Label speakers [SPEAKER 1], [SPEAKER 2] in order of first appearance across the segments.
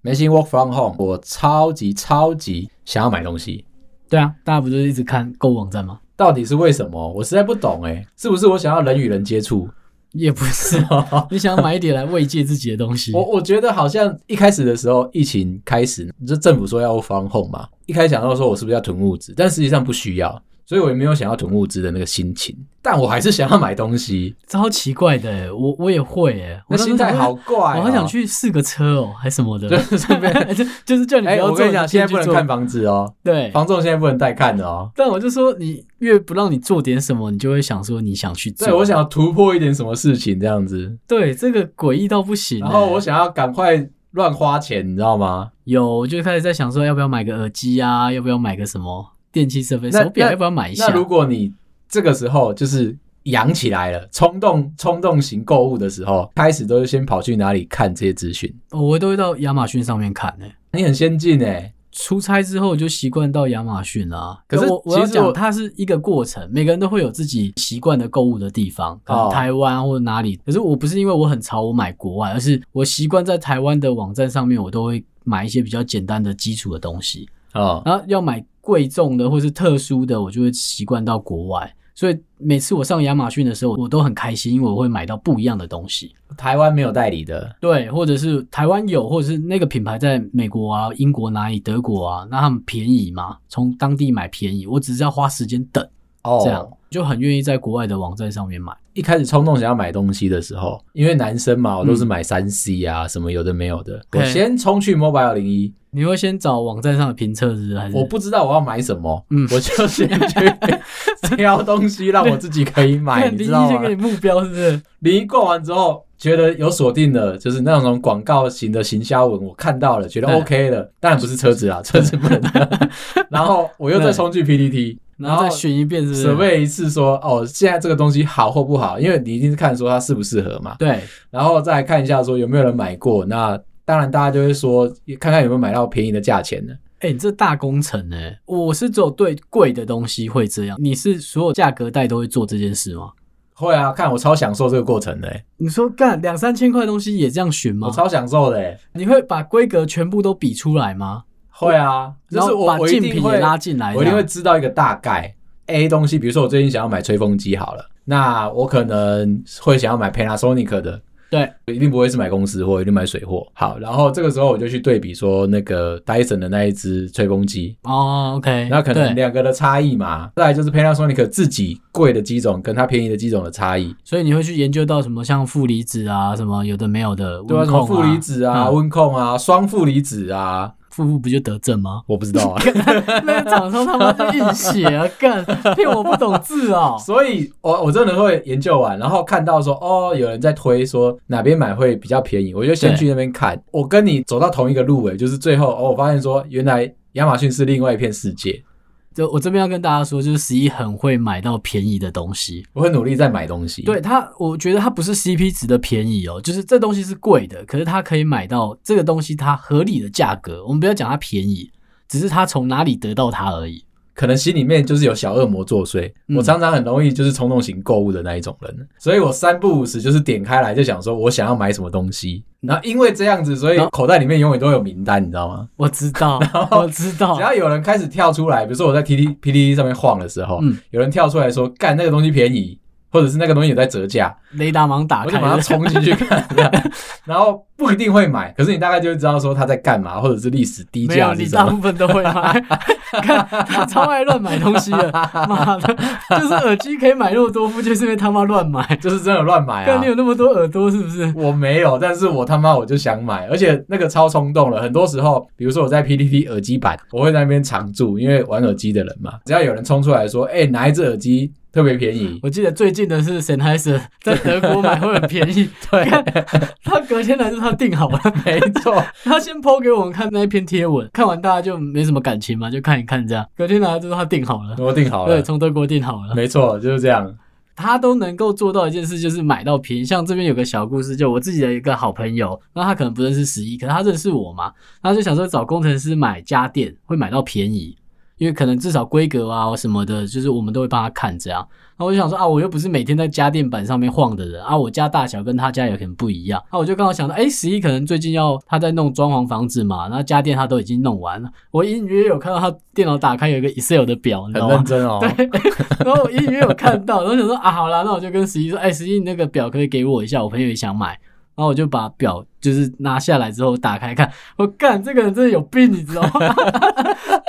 [SPEAKER 1] 没心 work from home，我超级超级想要买东西，
[SPEAKER 2] 对啊，大家不就是一直看购物网站吗？
[SPEAKER 1] 到底是为什么？我实在不懂哎、是不是我想要人与人接触？
[SPEAKER 2] 也不 是，你想买一点来慰藉自己的东西。
[SPEAKER 1] 我我觉得好像一开始的时候，疫情开始，就政府说要 work from home 嘛，一开始想到说我是不是要囤物资，但实际上不需要，所以我也没有想要囤物资的那个心情，但我还是想要买东西，
[SPEAKER 2] 超奇怪的欸，我我也会哎，
[SPEAKER 1] 那
[SPEAKER 2] 我
[SPEAKER 1] 心态好怪、哦
[SPEAKER 2] 当时想说，我好想。去试个车哦，还什么的，
[SPEAKER 1] 就是顺 便，
[SPEAKER 2] 就就是叫你不
[SPEAKER 1] 哎、
[SPEAKER 2] 要
[SPEAKER 1] 我
[SPEAKER 2] 做，
[SPEAKER 1] 跟你讲，现在不
[SPEAKER 2] 先去
[SPEAKER 1] 能
[SPEAKER 2] 做
[SPEAKER 1] 看房子哦，
[SPEAKER 2] 对。
[SPEAKER 1] 房仲现在不能带看的哦。
[SPEAKER 2] 但我就说，你越不让你做点什么，你就会想说你想去做。
[SPEAKER 1] 对，我想要突破一点什么事情这样子，
[SPEAKER 2] 对这个诡异到不行欸。
[SPEAKER 1] 然后我想要赶快乱花钱，你知道吗？
[SPEAKER 2] 有，我就开始在想说，要不要买个耳机啊？要不要买个什么电器设备？
[SPEAKER 1] 那
[SPEAKER 2] 手表
[SPEAKER 1] 那
[SPEAKER 2] 要不要买一下
[SPEAKER 1] 那？如果你这个时候就是养起来了，冲动冲动型购物的时候，开始都是先跑去哪里看这些资讯？
[SPEAKER 2] 哦我都会到亚马逊上面看呢、
[SPEAKER 1] 你很先进哎、
[SPEAKER 2] 出差之后我就习惯到亚马逊啊啦、
[SPEAKER 1] 可是
[SPEAKER 2] 嗯我我要
[SPEAKER 1] 其实我
[SPEAKER 2] 讲，它是一个过程，每个人都会有自己习惯的购物的地方，可能
[SPEAKER 1] 哦
[SPEAKER 2] 台湾或者哪里。可是我不是因为我很潮，我买国外，而是我习惯在台湾的网站上面，我都会买一些比较简单的基础的东西。
[SPEAKER 1] 哦，
[SPEAKER 2] 然后要买贵重的或是特殊的，我就会习惯到国外。所以每次我上亚马逊的时候，我都很开心，因为我会买到不一样的东西。
[SPEAKER 1] 台湾没有代理的，
[SPEAKER 2] 对，或者是台湾有，或者是那个品牌在美国啊、英国哪里、德国啊，那他们便宜嘛，从当地买便宜，我只是要花时间等，
[SPEAKER 1] 哦
[SPEAKER 2] 这样就很愿意在国外的网站上面买。
[SPEAKER 1] 一开始冲动想要买东西的时候，因为男生嘛，我都是买三 C 啊、什么有的没有的，
[SPEAKER 2] 嗯嘿
[SPEAKER 1] 我先冲去 Mobile 零一，
[SPEAKER 2] 你会先找网站上的评测，是不是？还是
[SPEAKER 1] 我不知道我要买什么，
[SPEAKER 2] 嗯
[SPEAKER 1] 我就先去 挑东西，让我自己可以 买，
[SPEAKER 2] 看
[SPEAKER 1] 你
[SPEAKER 2] 第一
[SPEAKER 1] 知道
[SPEAKER 2] 先
[SPEAKER 1] 吗
[SPEAKER 2] 给？你目标，是 不是？
[SPEAKER 1] 零一逛完之后，觉得有锁定的，就是那种广告型的行销文，我看到了，觉得
[SPEAKER 2] 对
[SPEAKER 1] OK 了，当然不是车子 啦，车子不能。 然后我又再冲去 PPT，
[SPEAKER 2] 嗯然后再选一遍，是不是？
[SPEAKER 1] 准备一次说，哦，现在这个东西好或不好，因为你一定是看说它适不适合嘛，
[SPEAKER 2] 对，
[SPEAKER 1] 然后再来看一下说有没有人买过，那。当然，大家就会说，看看有没有买到便宜的价钱呢？
[SPEAKER 2] 哎、你这大工程呢、我是只有对贵的东西会这样，你是所有价格带都会做这件事吗？
[SPEAKER 1] 会啊，看我超享受这个过程的、欸
[SPEAKER 2] 你说干两三千块的东西也这样选吗
[SPEAKER 1] 我？超享受的、欸。
[SPEAKER 2] 你会把规格全部都比出来吗？
[SPEAKER 1] 会啊，就
[SPEAKER 2] 然
[SPEAKER 1] 是
[SPEAKER 2] 后
[SPEAKER 1] 我
[SPEAKER 2] 把
[SPEAKER 1] 我一
[SPEAKER 2] 竞
[SPEAKER 1] 定
[SPEAKER 2] 品
[SPEAKER 1] 会
[SPEAKER 2] 也拉进来，
[SPEAKER 1] 我一定会知道一个大概 A 东西，比如说我最近想要买吹风机好了，那我可能会想要买 Panasonic 的，
[SPEAKER 2] 对，
[SPEAKER 1] 一定不会是买公司货，一定买水货。好，然后这个时候我就去对比说那个 Dyson 的那一只吹风机，
[SPEAKER 2] 哦，OK，
[SPEAKER 1] 那可能
[SPEAKER 2] 对，
[SPEAKER 1] 两个的差异嘛，再来就是 Panasonic 自己贵的机种跟它便宜的机种的差异，
[SPEAKER 2] 所以你会去研究到什么像负离子啊，什么有的没有的，
[SPEAKER 1] 对啊，
[SPEAKER 2] 温
[SPEAKER 1] 什
[SPEAKER 2] 控
[SPEAKER 1] 么负离子啊、
[SPEAKER 2] 嗯
[SPEAKER 1] 温控啊、双负离子啊，？
[SPEAKER 2] 负负不就得正吗
[SPEAKER 1] 我不知道啊。
[SPEAKER 2] 那个厂商他妈就硬写啊，干骗我不懂字哦。
[SPEAKER 1] 所以我我真的会研究完，然后看到说哦，有人在推说哪边买会比较便宜，我就先去那边看。我跟你走到同一个路尾，就是最后哦，我发现说原来亚马逊是另外一片世界。
[SPEAKER 2] 就我这边要跟大家说，就是十一很会买到便宜的东西，
[SPEAKER 1] 我很努力在买东西，
[SPEAKER 2] 对它，我觉得它不是 CP 值的便宜哦，就是这东西是贵的，可是它可以买到这个东西它合理的价格。我们不要讲它便宜，只是它从哪里得到它而已。
[SPEAKER 1] 可能心里面就是有小恶魔作祟。
[SPEAKER 2] 嗯
[SPEAKER 1] 我常常很容易就是冲动型购物的那一种人，所以我三不五时就是点开来就想说我想要买什么东西。然后因为这样子，所以
[SPEAKER 2] 嗯然后
[SPEAKER 1] 口袋里面永远都有名单，你知道吗？
[SPEAKER 2] 我 知道，我知道
[SPEAKER 1] 只，要有人开始跳出来，比如说我在 T T P T T 上面晃的时候，
[SPEAKER 2] 嗯
[SPEAKER 1] 有人跳出来说干那个东西便宜，或者是那个东西有在折价，
[SPEAKER 2] 雷达盲打
[SPEAKER 1] 我就
[SPEAKER 2] 开
[SPEAKER 1] 马上
[SPEAKER 2] 了，
[SPEAKER 1] 冲进去看，这 样然后不一定会买，可是你大概就会知道说他在干嘛，或者是历史低
[SPEAKER 2] 没有，
[SPEAKER 1] 价
[SPEAKER 2] 你
[SPEAKER 1] 是什
[SPEAKER 2] 大
[SPEAKER 1] 么。
[SPEAKER 2] 部分都会买。 看他超爱乱买东西的，妈的， 就是耳机可以买那么多副，就是因为他妈乱买。
[SPEAKER 1] 就是真的乱买
[SPEAKER 2] 看
[SPEAKER 1] 啊
[SPEAKER 2] 你！有那么多耳朵是不是？
[SPEAKER 1] 我没有，但是我他妈我就想买，而且那个超冲动了。很多时候，比如说我在 PTT 耳机版，我会在那边常驻，因为玩耳机的人嘛，只要有人冲出来说，哎、哪一只耳机特别便宜，
[SPEAKER 2] 我记得最近的是 Sennheiser 在德国买会很便 宜，
[SPEAKER 1] 对
[SPEAKER 2] 看他隔天来就他订好了，
[SPEAKER 1] 没错，
[SPEAKER 2] 他先抛给我们看那一篇贴文，看完大家就没什么感情嘛，就看一看这样。隔天来就是他订好了，
[SPEAKER 1] 我定好
[SPEAKER 2] 对，
[SPEAKER 1] 了，
[SPEAKER 2] 从德国订好 了。
[SPEAKER 1] 没错，就是这样。
[SPEAKER 2] 他都能够做到一件事，就是买到便宜。像这边有个小故事，就我自己的一个好朋友，那他可能不认识十一，可是他认识我嘛，他就想说找工程师买家电会买到便宜。因为可能至少规格啊什么的，就是我们都会帮他看这样。那我就想说啊，我又不是每天在家电板上面晃的人啊，我家大小跟他家有可能不一样。那我就刚好想到，哎、十一可能最近要他在弄装潢房子嘛，那家电他都已经弄完了。我隐隐约约有看到他电脑打开有一个 Excel 的表，你知道
[SPEAKER 1] 很
[SPEAKER 2] 吗
[SPEAKER 1] 认？真 哦。
[SPEAKER 2] 对， 然后我隐隐约有看到，然后想说啊，好啦，那我就跟十一说，哎、十一你那个表可以给我一下，我朋友也想买。然后我就把表就是拿下来之后打开看，我干这个人真的有病，你知道吗？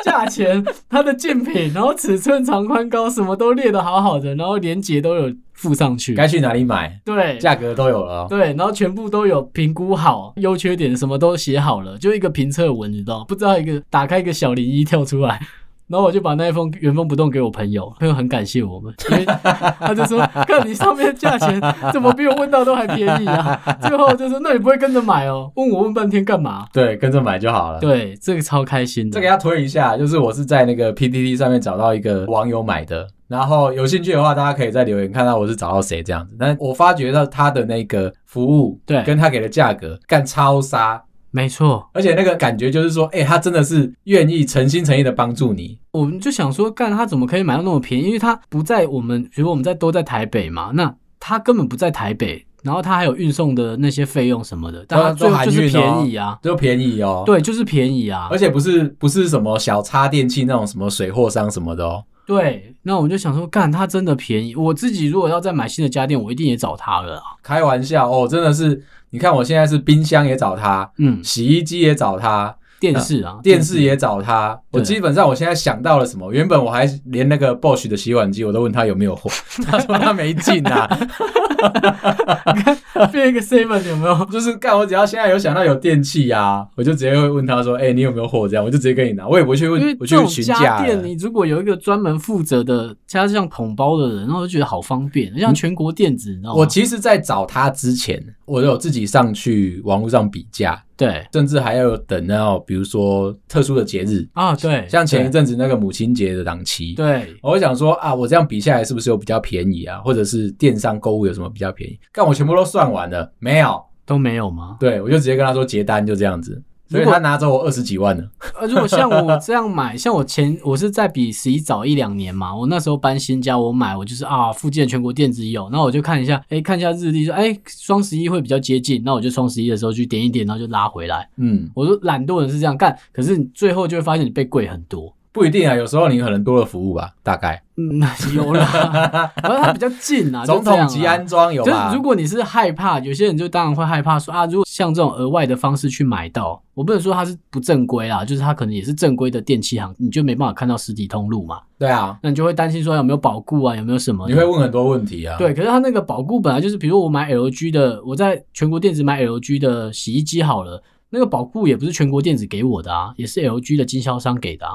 [SPEAKER 2] 价钱、它的竞品，然后尺寸、长宽高什么都列得好好的，然后连接都有附上去，
[SPEAKER 1] 该去哪里买，
[SPEAKER 2] 对，
[SPEAKER 1] 价格都有了哦。
[SPEAKER 2] 对，然后全部都有评估好，优缺点什么都写好了，就一个评测文，你知道吗？不知道一个打开一个小零一跳出来， 然后我就把那一封原封不动给我朋友，朋友很感谢我们，因为他就说：“看你上面的价钱怎么比我问到都还便宜啊！” 最后就说：“那你不会跟着买哦？”问我问半天干嘛？
[SPEAKER 1] 对，跟着买就好了。
[SPEAKER 2] 对，这个超开心的。
[SPEAKER 1] 这个要推一下，就是我是在那个 PTT 上面找到一个网友买的，然后有兴趣的话，大家可以在留言看到我是找到谁这样子。但我发觉到他的那个服务，
[SPEAKER 2] 对
[SPEAKER 1] 跟他给的价格干超杀，
[SPEAKER 2] 没错，
[SPEAKER 1] 而且那个感觉就是说，哎、他真的是愿意诚心诚意的帮助你，
[SPEAKER 2] 我们就想说，干他怎么可以买到那么便宜？因为他不在我们，比如我们在都在台北嘛，那他根本不在台北，然后他还有运送的那些费用什么的，但他
[SPEAKER 1] 都
[SPEAKER 2] 最后就是
[SPEAKER 1] 都啊含运哦
[SPEAKER 2] 便宜啊，
[SPEAKER 1] 就便宜哦。。
[SPEAKER 2] 对，就是便宜啊
[SPEAKER 1] 而，且不是不是什么小插电器那种什么水货商什么的哦，
[SPEAKER 2] 对。那我们就想说，干他真的便宜，我自己如果要再买新的家电，我一定也找他了啊，
[SPEAKER 1] 开玩笑哦，真的是，你看我现在是冰箱也找他，
[SPEAKER 2] 嗯，
[SPEAKER 1] 洗衣机也找他，
[SPEAKER 2] 电视 啊，
[SPEAKER 1] 电视也找他。我
[SPEAKER 2] 对
[SPEAKER 1] 基本上我现在想到了什么，原本我还连那个 Bosch 的洗碗机我都问他有没有货， 他说他没进啊。
[SPEAKER 2] 变一个 seven 有没有？
[SPEAKER 1] 就是干，我只要现在有想到有电器啊，我就直接会问他说，哎、你有没有货？这样我就直接跟你拿，我也不会去
[SPEAKER 2] 因为
[SPEAKER 1] 问，我
[SPEAKER 2] 这
[SPEAKER 1] 去
[SPEAKER 2] 种
[SPEAKER 1] 询
[SPEAKER 2] 家
[SPEAKER 1] 价了。
[SPEAKER 2] 电，你如果有一个专门负责的，加上统包的人，然后我就觉得好方便，像全国电子，你知道吗？
[SPEAKER 1] 嗯我其实，在找他之前，我有自己上去网络上比价，
[SPEAKER 2] 对
[SPEAKER 1] 甚至还要有等到比如说特殊的节日，
[SPEAKER 2] 啊，对，
[SPEAKER 1] 像前一
[SPEAKER 2] 对
[SPEAKER 1] 阵子那个母亲节的档期，
[SPEAKER 2] 对。
[SPEAKER 1] 我会想说啊，我这样比下来是不是有比较便宜啊？或者是电商购物有什么比较便宜？但我全部都算完了，没有。
[SPEAKER 2] 都没有吗？
[SPEAKER 1] 对，我就直接跟他说结单，就这样子。所以
[SPEAKER 2] 如果
[SPEAKER 1] 他拿走我二十几万了。
[SPEAKER 2] 呃，如果像我这样买， 像我前我是在比十一早一两年嘛，我那时候搬新家，我买我就是啊，附近的全国电子有，那我就看一下，哎、看一下日历，说哎，双十一会比较接近，那我就双十一的时候去点一点，然后就拉回来。
[SPEAKER 1] 嗯，
[SPEAKER 2] 我说懒惰人是这样干，可是你最后就会发现你被贵很多。
[SPEAKER 1] 不一定啊，有时候你可能多了服务吧，大 概。
[SPEAKER 2] 嗯，有啦， 然后它比较近啊，就
[SPEAKER 1] 总
[SPEAKER 2] 这样
[SPEAKER 1] 统
[SPEAKER 2] 啊
[SPEAKER 1] 级安装有
[SPEAKER 2] 就是
[SPEAKER 1] 吧
[SPEAKER 2] 如？果你是害怕，有些人就当然会害怕说啊，如果像这种额外的方式去买到，我不能说它是不正规啦，就是它可能也是正规的电器行，你就没办法看到实体通路嘛，
[SPEAKER 1] 对啊，
[SPEAKER 2] 那你就会担心说有没有保固啊，有没有什么
[SPEAKER 1] 你
[SPEAKER 2] 的？
[SPEAKER 1] 会问很多问题啊。，
[SPEAKER 2] 对，可是它那个保固本来就是，比如我买 LG 的，我在全国电子买 LG 的洗衣机好了，那个保固也不是全国电子给我的啊，也是 LG 的经销商给的啊。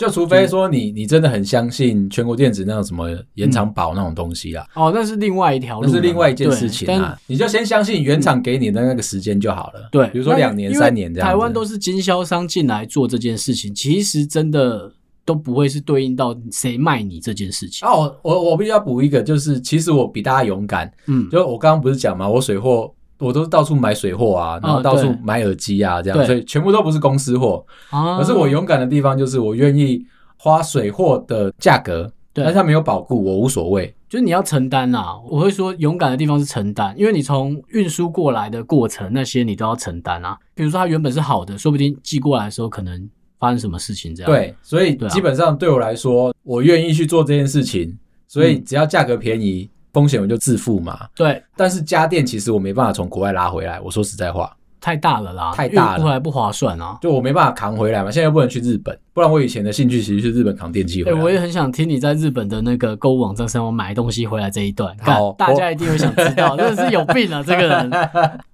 [SPEAKER 1] 就除非说你你真的很相信全国电子那种什么延长保那种东西啊啦，
[SPEAKER 2] 哦，那是另外一条路
[SPEAKER 1] 那
[SPEAKER 2] 了
[SPEAKER 1] 是
[SPEAKER 2] 嘛，
[SPEAKER 1] 另外一件
[SPEAKER 2] 对
[SPEAKER 1] 事情
[SPEAKER 2] 但
[SPEAKER 1] 啊。你就先相信原厂给你的那个时间就好了。
[SPEAKER 2] 对，
[SPEAKER 1] 比如说
[SPEAKER 2] 那
[SPEAKER 1] 两年、
[SPEAKER 2] 因为
[SPEAKER 1] 三年这样子。
[SPEAKER 2] 台湾都是经销商进来做这件事情，其实真的都不会是对应到谁卖你这件事情。
[SPEAKER 1] 啊，我我我必须要补一个，就是其实我比大家勇敢。
[SPEAKER 2] 嗯，
[SPEAKER 1] 就我刚刚不是讲嘛，我水货我都是到处买水货啊，然后到处
[SPEAKER 2] 对
[SPEAKER 1] 买耳机啊，这样，
[SPEAKER 2] 对
[SPEAKER 1] 所以全部都不是公司货。
[SPEAKER 2] 啊
[SPEAKER 1] 可是我勇敢的地方就是我愿意花水货的价格，
[SPEAKER 2] 对
[SPEAKER 1] 但是它没有保固，我无所谓。
[SPEAKER 2] 就是你要承担啦、我会说勇敢的地方是承担，因为你从运输过来的过程那些你都要承担啊。比如说它原本是好的，说不定寄过来的时候可能发生什么事情这样。，
[SPEAKER 1] 对，所以
[SPEAKER 2] 对啊
[SPEAKER 1] 基本上对我来说，我愿意去做这件事情，所以
[SPEAKER 2] 嗯
[SPEAKER 1] 只要价格便宜，风险我就自负嘛。
[SPEAKER 2] 对，
[SPEAKER 1] 但是家电其实我没办法从国外拉回来，我说实在话，
[SPEAKER 2] 太大了啦，
[SPEAKER 1] 太大了
[SPEAKER 2] 运过来不划算啊。
[SPEAKER 1] 就我没办法扛回来嘛。现在又不能去日本，不然我以前的兴趣其实是日本扛电器回
[SPEAKER 2] 哎、
[SPEAKER 1] 来。
[SPEAKER 2] 我也很想听你在日本的那个购物网站上买东西回来这一段，干
[SPEAKER 1] 好
[SPEAKER 2] 大
[SPEAKER 1] 我
[SPEAKER 2] 家一定会想知 道，真的是有病啊，这个人。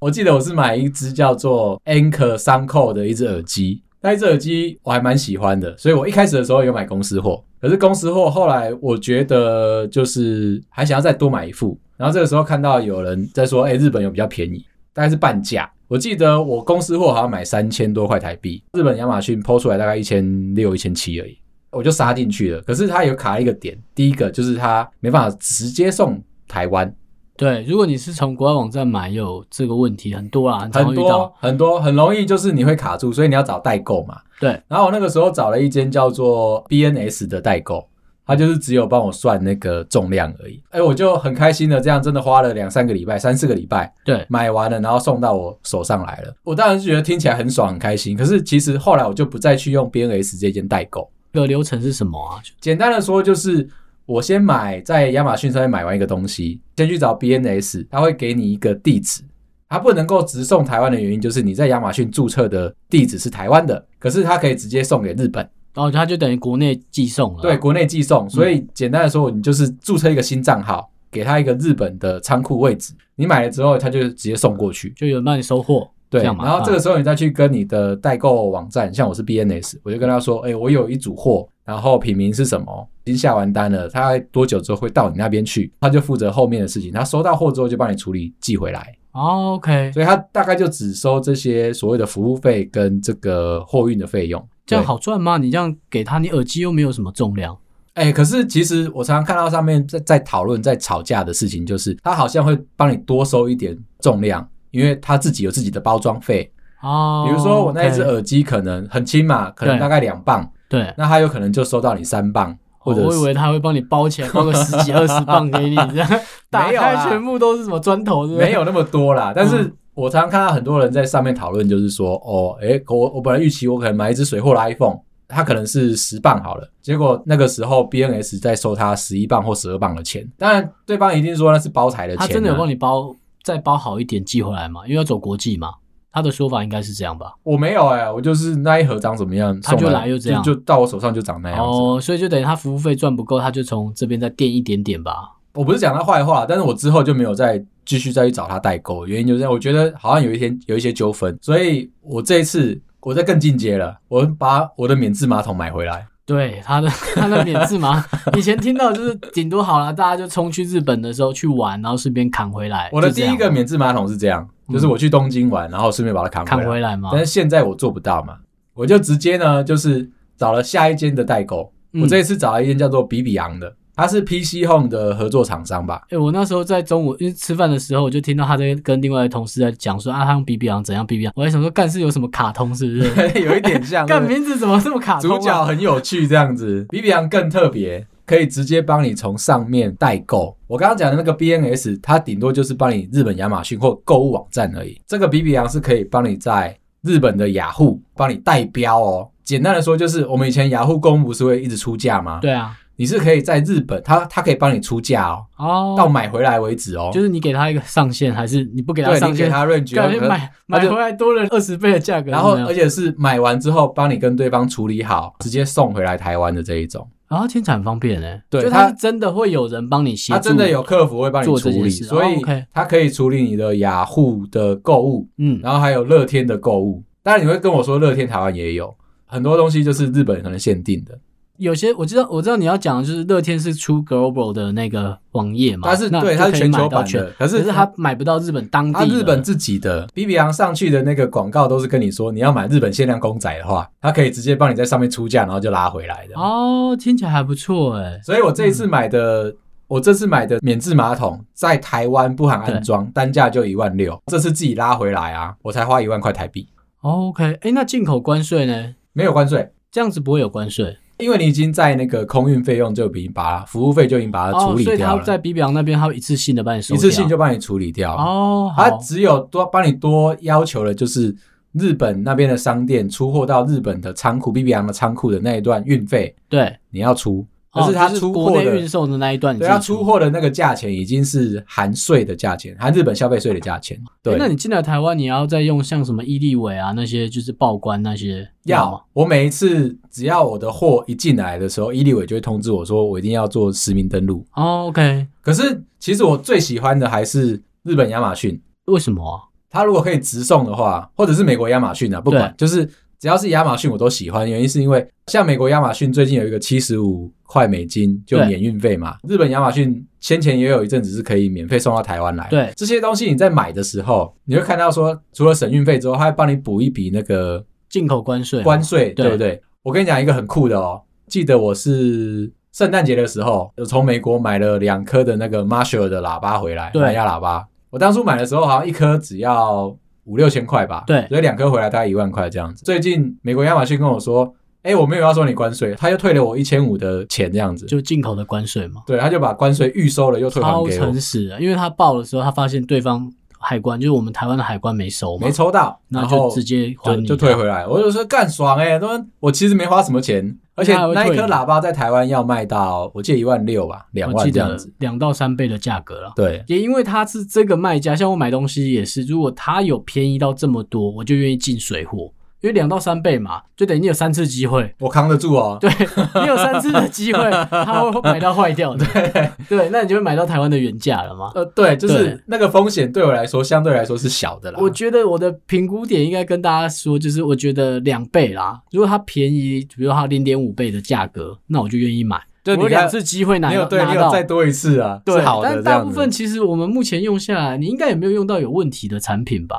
[SPEAKER 1] 我记得我是买一只叫做 Anchor 三扣的一只耳机，那一只耳机我还蛮喜欢的，所以我一开始的时候有买公司货，可是公司货后来我觉得就是还想要再多买一副，然后这个时候看到有人在说，哎、日本有比较便宜，大概是半价。我记得我公司货好像买三千多块台币，日本亚马逊抛出来大概一千六、一千七而已，我就杀进去了。可是它有卡一个点，第一个就是它没办法直接送台湾，
[SPEAKER 2] 对，如果你是从国外网站买，有这个问题很多啊啦，很常
[SPEAKER 1] 很
[SPEAKER 2] 遇到
[SPEAKER 1] 多。啊很多很容易就是你会卡住，所以你要找代购嘛。
[SPEAKER 2] 对，
[SPEAKER 1] 然后我那个时候找了一间叫做 BNS 的代购，他就是只有帮我算那个重量而已。哎，我就很开心的，这样真的花了两三个礼拜、三四个礼拜
[SPEAKER 2] 对，
[SPEAKER 1] 买完了，然后送到我手上来了。我当然是觉得听起来很爽、很开心，可是其实后来我就不再去用 BNS 这间代购。
[SPEAKER 2] 这个流程是什么啊？就
[SPEAKER 1] 简单的说，就是我先买在亚马逊上面买完一个东西，先去找 BNS，他会给你一个地址。它不能够直送台湾的原因，就是你在亚马逊注册的地址是台湾的，可是它可以直接送给日本，
[SPEAKER 2] 哦，它就等于国内寄送了。
[SPEAKER 1] 对，，国内寄送。所以简单的说，你就是注册一个新账号，给他一个日本的仓库位置，你买了之后，他就直接送过去。
[SPEAKER 2] 就有人帮你收货。
[SPEAKER 1] 对，
[SPEAKER 2] 这样
[SPEAKER 1] 然
[SPEAKER 2] 嘛啊
[SPEAKER 1] 后这个时候你再去跟你的代购网站，像我是 BNS，我就跟他说，哎、我有一组货，然后品名是什么，已经下完单了，他多久之后会到你那边去？他就负责后面的事情，他收到货之后就帮你处理寄回来，
[SPEAKER 2] 哦，OK，
[SPEAKER 1] 所以他大概就只收这些所谓的服务费跟这个货运的费用。
[SPEAKER 2] 这样
[SPEAKER 1] 对，
[SPEAKER 2] 好赚吗？你这样给他，你耳机又没有什么重量。
[SPEAKER 1] 哎、可是其实我常常看到上面在在讨论、在吵架的事情，就是他好像会帮你多收一点重量，因为他自己有自己的包装费。
[SPEAKER 2] 哦，
[SPEAKER 1] 比如说我那一只
[SPEAKER 2] OK，
[SPEAKER 1] 耳机可能很轻嘛，可能
[SPEAKER 2] 对
[SPEAKER 1] 大概两磅，
[SPEAKER 2] 对，
[SPEAKER 1] 那他有可能就收到你三磅，或者
[SPEAKER 2] 哦我以
[SPEAKER 1] 是
[SPEAKER 2] 为他会帮你包起来，包个十几二十磅给你，这样 打
[SPEAKER 1] 没有
[SPEAKER 2] 开
[SPEAKER 1] 啦
[SPEAKER 2] 全部都是什么砖头，是不是
[SPEAKER 1] 没有那么多
[SPEAKER 2] 嗯
[SPEAKER 1] 啦。但是我常常看到很多人在上面讨论，就是说，哦，诶，我我本来预期我可能买一只水货的 iPhone，它可能是十磅好了，结果那个时候 BNS 在收他十一磅或十二磅的钱，当然对方一定说那是包材的钱、啊
[SPEAKER 2] 他真的有帮
[SPEAKER 1] 你？
[SPEAKER 2] 你包，再包好一点寄回来吗？因为要走国际嘛，他的说法应该是这样吧。
[SPEAKER 1] 我没有哎、我就是那一盒长怎么样，
[SPEAKER 2] 他就
[SPEAKER 1] 送
[SPEAKER 2] 来就这样
[SPEAKER 1] 就到哎我手上就长那样子。
[SPEAKER 2] 哦，所以就等于他服务费赚不够，他就从这边再垫一点点吧。
[SPEAKER 1] 我不是讲他坏话，但是我之后就没有再继续再去找他代购，原因就是我觉得好像有一天有一些纠纷，所以我这一次我再更进阶了，我把我的免治马桶买回来。
[SPEAKER 2] 对他的 他的免 治马，以前听到就是顶多好了，大家就冲去日本的时候去玩，然后顺便扛回来。
[SPEAKER 1] 我的
[SPEAKER 2] 就这
[SPEAKER 1] 第
[SPEAKER 2] 样
[SPEAKER 1] 一个免治马桶是这样，
[SPEAKER 2] 嗯
[SPEAKER 1] 就是我去东京玩，然后顺便把它扛
[SPEAKER 2] 扛
[SPEAKER 1] 回来。
[SPEAKER 2] 回来嘛
[SPEAKER 1] 但，是现在我做不到嘛，我就直接呢就是找了下一间的代购，
[SPEAKER 2] 嗯
[SPEAKER 1] 我这一次找了一间叫做比比昂的，它是 PC Home 的合作厂商吧。
[SPEAKER 2] 哎、我那时候在中午因为吃饭的时候，我就听到他在跟另外的同事在讲说啊，他用 B B 昂怎样 B B 昂，我还想说干是有什么卡 通是不是？
[SPEAKER 1] 有一点 像
[SPEAKER 2] 干
[SPEAKER 1] 对不对
[SPEAKER 2] 名字怎么这么卡通、啊？
[SPEAKER 1] 主角很有趣，这样子。比比昂更特别，可以直接帮你从上面代购。我刚刚讲的那个 BNS，它顶多就是帮你日本亚马逊或购物网站而已。这个比比昂是可以帮你在日本的雅虎帮你代标哦。简单的说，就是我们以前雅虎公不是会一直出价吗？
[SPEAKER 2] 对啊，
[SPEAKER 1] 你是可以在日本，它它可以帮你出价哦，到
[SPEAKER 2] 哦，
[SPEAKER 1] 买回来为止哦。
[SPEAKER 2] 就是你给他一个上限，还是你不给他
[SPEAKER 1] 对，
[SPEAKER 2] 上
[SPEAKER 1] 你给
[SPEAKER 2] 限？
[SPEAKER 1] 他 range，
[SPEAKER 2] 感
[SPEAKER 1] 哦
[SPEAKER 2] 觉
[SPEAKER 1] 可能
[SPEAKER 2] 买买
[SPEAKER 1] 就
[SPEAKER 2] 回来多了二十倍的价格，
[SPEAKER 1] 然后
[SPEAKER 2] 有没
[SPEAKER 1] 而
[SPEAKER 2] 有
[SPEAKER 1] 且是买完之后帮你跟对方处理好，直接送回来台湾的这一种。
[SPEAKER 2] 然后听起来很方便呢。
[SPEAKER 1] 对
[SPEAKER 2] 就
[SPEAKER 1] 他
[SPEAKER 2] 他是真的会有人帮你协助，
[SPEAKER 1] 他真的有客服会帮你
[SPEAKER 2] 做
[SPEAKER 1] 处
[SPEAKER 2] 这
[SPEAKER 1] 理，
[SPEAKER 2] 件事
[SPEAKER 1] 所
[SPEAKER 2] 哦
[SPEAKER 1] 以
[SPEAKER 2] ，OK
[SPEAKER 1] 他可以处理你的雅虎的购物，
[SPEAKER 2] 嗯，
[SPEAKER 1] 然后还有乐天的购物。当然你会跟我说，乐天台湾也有很多东西，就是日本可能限定的，
[SPEAKER 2] 有些我知道我知道你要讲的就是乐天是出 Global 的那个网页嘛，
[SPEAKER 1] 它是
[SPEAKER 2] 那
[SPEAKER 1] 对
[SPEAKER 2] 就
[SPEAKER 1] 它是
[SPEAKER 2] 可以
[SPEAKER 1] 全
[SPEAKER 2] 买
[SPEAKER 1] 球
[SPEAKER 2] 到
[SPEAKER 1] 版
[SPEAKER 2] 全
[SPEAKER 1] 的，可
[SPEAKER 2] 可
[SPEAKER 1] 是
[SPEAKER 2] 是他买不到日本当地
[SPEAKER 1] 他
[SPEAKER 2] 的，
[SPEAKER 1] 日本自己的 B B 昂上去的那个广告都是跟你说，你要买日本限量公仔的话，他可以直接帮你在上面出价，然后就拉回来的。
[SPEAKER 2] 哦，听起来还不错哎。
[SPEAKER 1] 所以我这一次买的，
[SPEAKER 2] 嗯
[SPEAKER 1] 我这次买的免治马桶在台湾不含安装，单价就一万六，这次自己拉回来啊，我才花一万块台币，
[SPEAKER 2] 哦 OK，哎，那进口关税呢？
[SPEAKER 1] 没有关税。
[SPEAKER 2] 这样子不会有关税
[SPEAKER 1] 因为你已经在那个空运费用就已经把它服务费就已经把它处
[SPEAKER 2] 哦，
[SPEAKER 1] 理
[SPEAKER 2] 所以
[SPEAKER 1] 掉
[SPEAKER 2] 他
[SPEAKER 1] 了，
[SPEAKER 2] 在 B B 昂那边他会一次性的帮你收
[SPEAKER 1] 一
[SPEAKER 2] 掉，
[SPEAKER 1] 次性就帮你处理掉了。
[SPEAKER 2] 哦，
[SPEAKER 1] 它
[SPEAKER 2] 好
[SPEAKER 1] 只有多帮你多要求的就是日本那边的商店出货到日本的仓库 B B 洋的仓库的那一段运费
[SPEAKER 2] 对，
[SPEAKER 1] 你要出，可
[SPEAKER 2] 哦
[SPEAKER 1] 是它
[SPEAKER 2] 就
[SPEAKER 1] 出
[SPEAKER 2] 国
[SPEAKER 1] 货
[SPEAKER 2] 内
[SPEAKER 1] 的、
[SPEAKER 2] 运送的那一段你自
[SPEAKER 1] 对
[SPEAKER 2] 己，
[SPEAKER 1] 它出货的那个价钱已经是含税的价钱，含日本消费税的价钱。对，
[SPEAKER 2] 欸那你进来台湾，你要再用像什么伊利伟啊那些，就是报关那些吗？
[SPEAKER 1] 要我每一次只要我的货一进来的时候，伊利伟就会通知我说我一定要做实名登录。
[SPEAKER 2] 哦，OK，
[SPEAKER 1] 可是其实我最喜欢的还是日本亚马逊，
[SPEAKER 2] 为什么啊、
[SPEAKER 1] 它如果可以直送的话，或者是美国亚马逊啊，不管，就是只要是亚马逊我都喜欢。原因是因为像美国亚马逊最近有一个七十五块美金就
[SPEAKER 2] 对
[SPEAKER 1] 免运费嘛，日本亚马逊先前也有一阵子是可以免费送到台湾来。
[SPEAKER 2] 对，
[SPEAKER 1] 这些东西你在买的时候，你会看到说，除了省运费之后，它还帮你补一笔那个
[SPEAKER 2] 进口关税啊、
[SPEAKER 1] 关税，
[SPEAKER 2] 对
[SPEAKER 1] 对不对？我跟你讲一个很酷的哦，记得我是圣诞节的时候，我从美国买了两颗的那个 Marshall 的喇叭回来，
[SPEAKER 2] 对
[SPEAKER 1] 蓝牙喇叭。我当初买的时候好像一颗只要五六千块吧，
[SPEAKER 2] 对
[SPEAKER 1] 所以两颗回来大概一万块这样子。最近美国亚马逊跟我说，哎、我没有要收你关税，他又退了我一千五的钱这样子。
[SPEAKER 2] 就进口的关税嘛，
[SPEAKER 1] 对，他就把关税预收了，又退还
[SPEAKER 2] 超
[SPEAKER 1] 给我
[SPEAKER 2] 诚，实啊的，因为他报的时候，他发现对方海关就是我们台湾的海关没收嘛
[SPEAKER 1] 没，抽到，
[SPEAKER 2] 那
[SPEAKER 1] 然
[SPEAKER 2] 就
[SPEAKER 1] 后
[SPEAKER 2] 直接还
[SPEAKER 1] 就
[SPEAKER 2] 你
[SPEAKER 1] 就退回来。我就说干爽哎、欸，他们我其实没花什么钱，而且
[SPEAKER 2] 那还会
[SPEAKER 1] 那一
[SPEAKER 2] 啊退
[SPEAKER 1] 颗
[SPEAKER 2] 你
[SPEAKER 1] 喇叭在台湾要卖到我记得一万六吧，两
[SPEAKER 2] 我
[SPEAKER 1] 万
[SPEAKER 2] 记
[SPEAKER 1] 这样
[SPEAKER 2] 得
[SPEAKER 1] 子。
[SPEAKER 2] 两到三倍的价格了。
[SPEAKER 1] 对，
[SPEAKER 2] 也因为他是这个卖家，像我买东西也是，如果他有便宜到这么多，我就愿意进水货，因为两到三倍嘛，就等于你有三次机会，
[SPEAKER 1] 我扛得住哦。
[SPEAKER 2] 对你有三次的机会， 他会买到坏掉的，对那你就会买到台湾的原价了嘛。
[SPEAKER 1] 呃，对，就
[SPEAKER 2] 对
[SPEAKER 1] 是那个风险对我来说相对来说是小的啦。
[SPEAKER 2] 我觉得我的评估点应该跟大家说，就是我觉得两倍啦，如果它便宜，比如它零点五倍的价格，那我就愿意买。
[SPEAKER 1] 就
[SPEAKER 2] 我
[SPEAKER 1] 你
[SPEAKER 2] 有两
[SPEAKER 1] 看，
[SPEAKER 2] 次机会拿
[SPEAKER 1] 你有对，你
[SPEAKER 2] 拿
[SPEAKER 1] 有
[SPEAKER 2] 到，
[SPEAKER 1] 再多一次啊，
[SPEAKER 2] 对
[SPEAKER 1] 是好，的
[SPEAKER 2] 但
[SPEAKER 1] 这
[SPEAKER 2] 大
[SPEAKER 1] 样
[SPEAKER 2] 部分
[SPEAKER 1] 子。
[SPEAKER 2] 其实我们目前用下来，你应该也没有用到有问题的产品吧？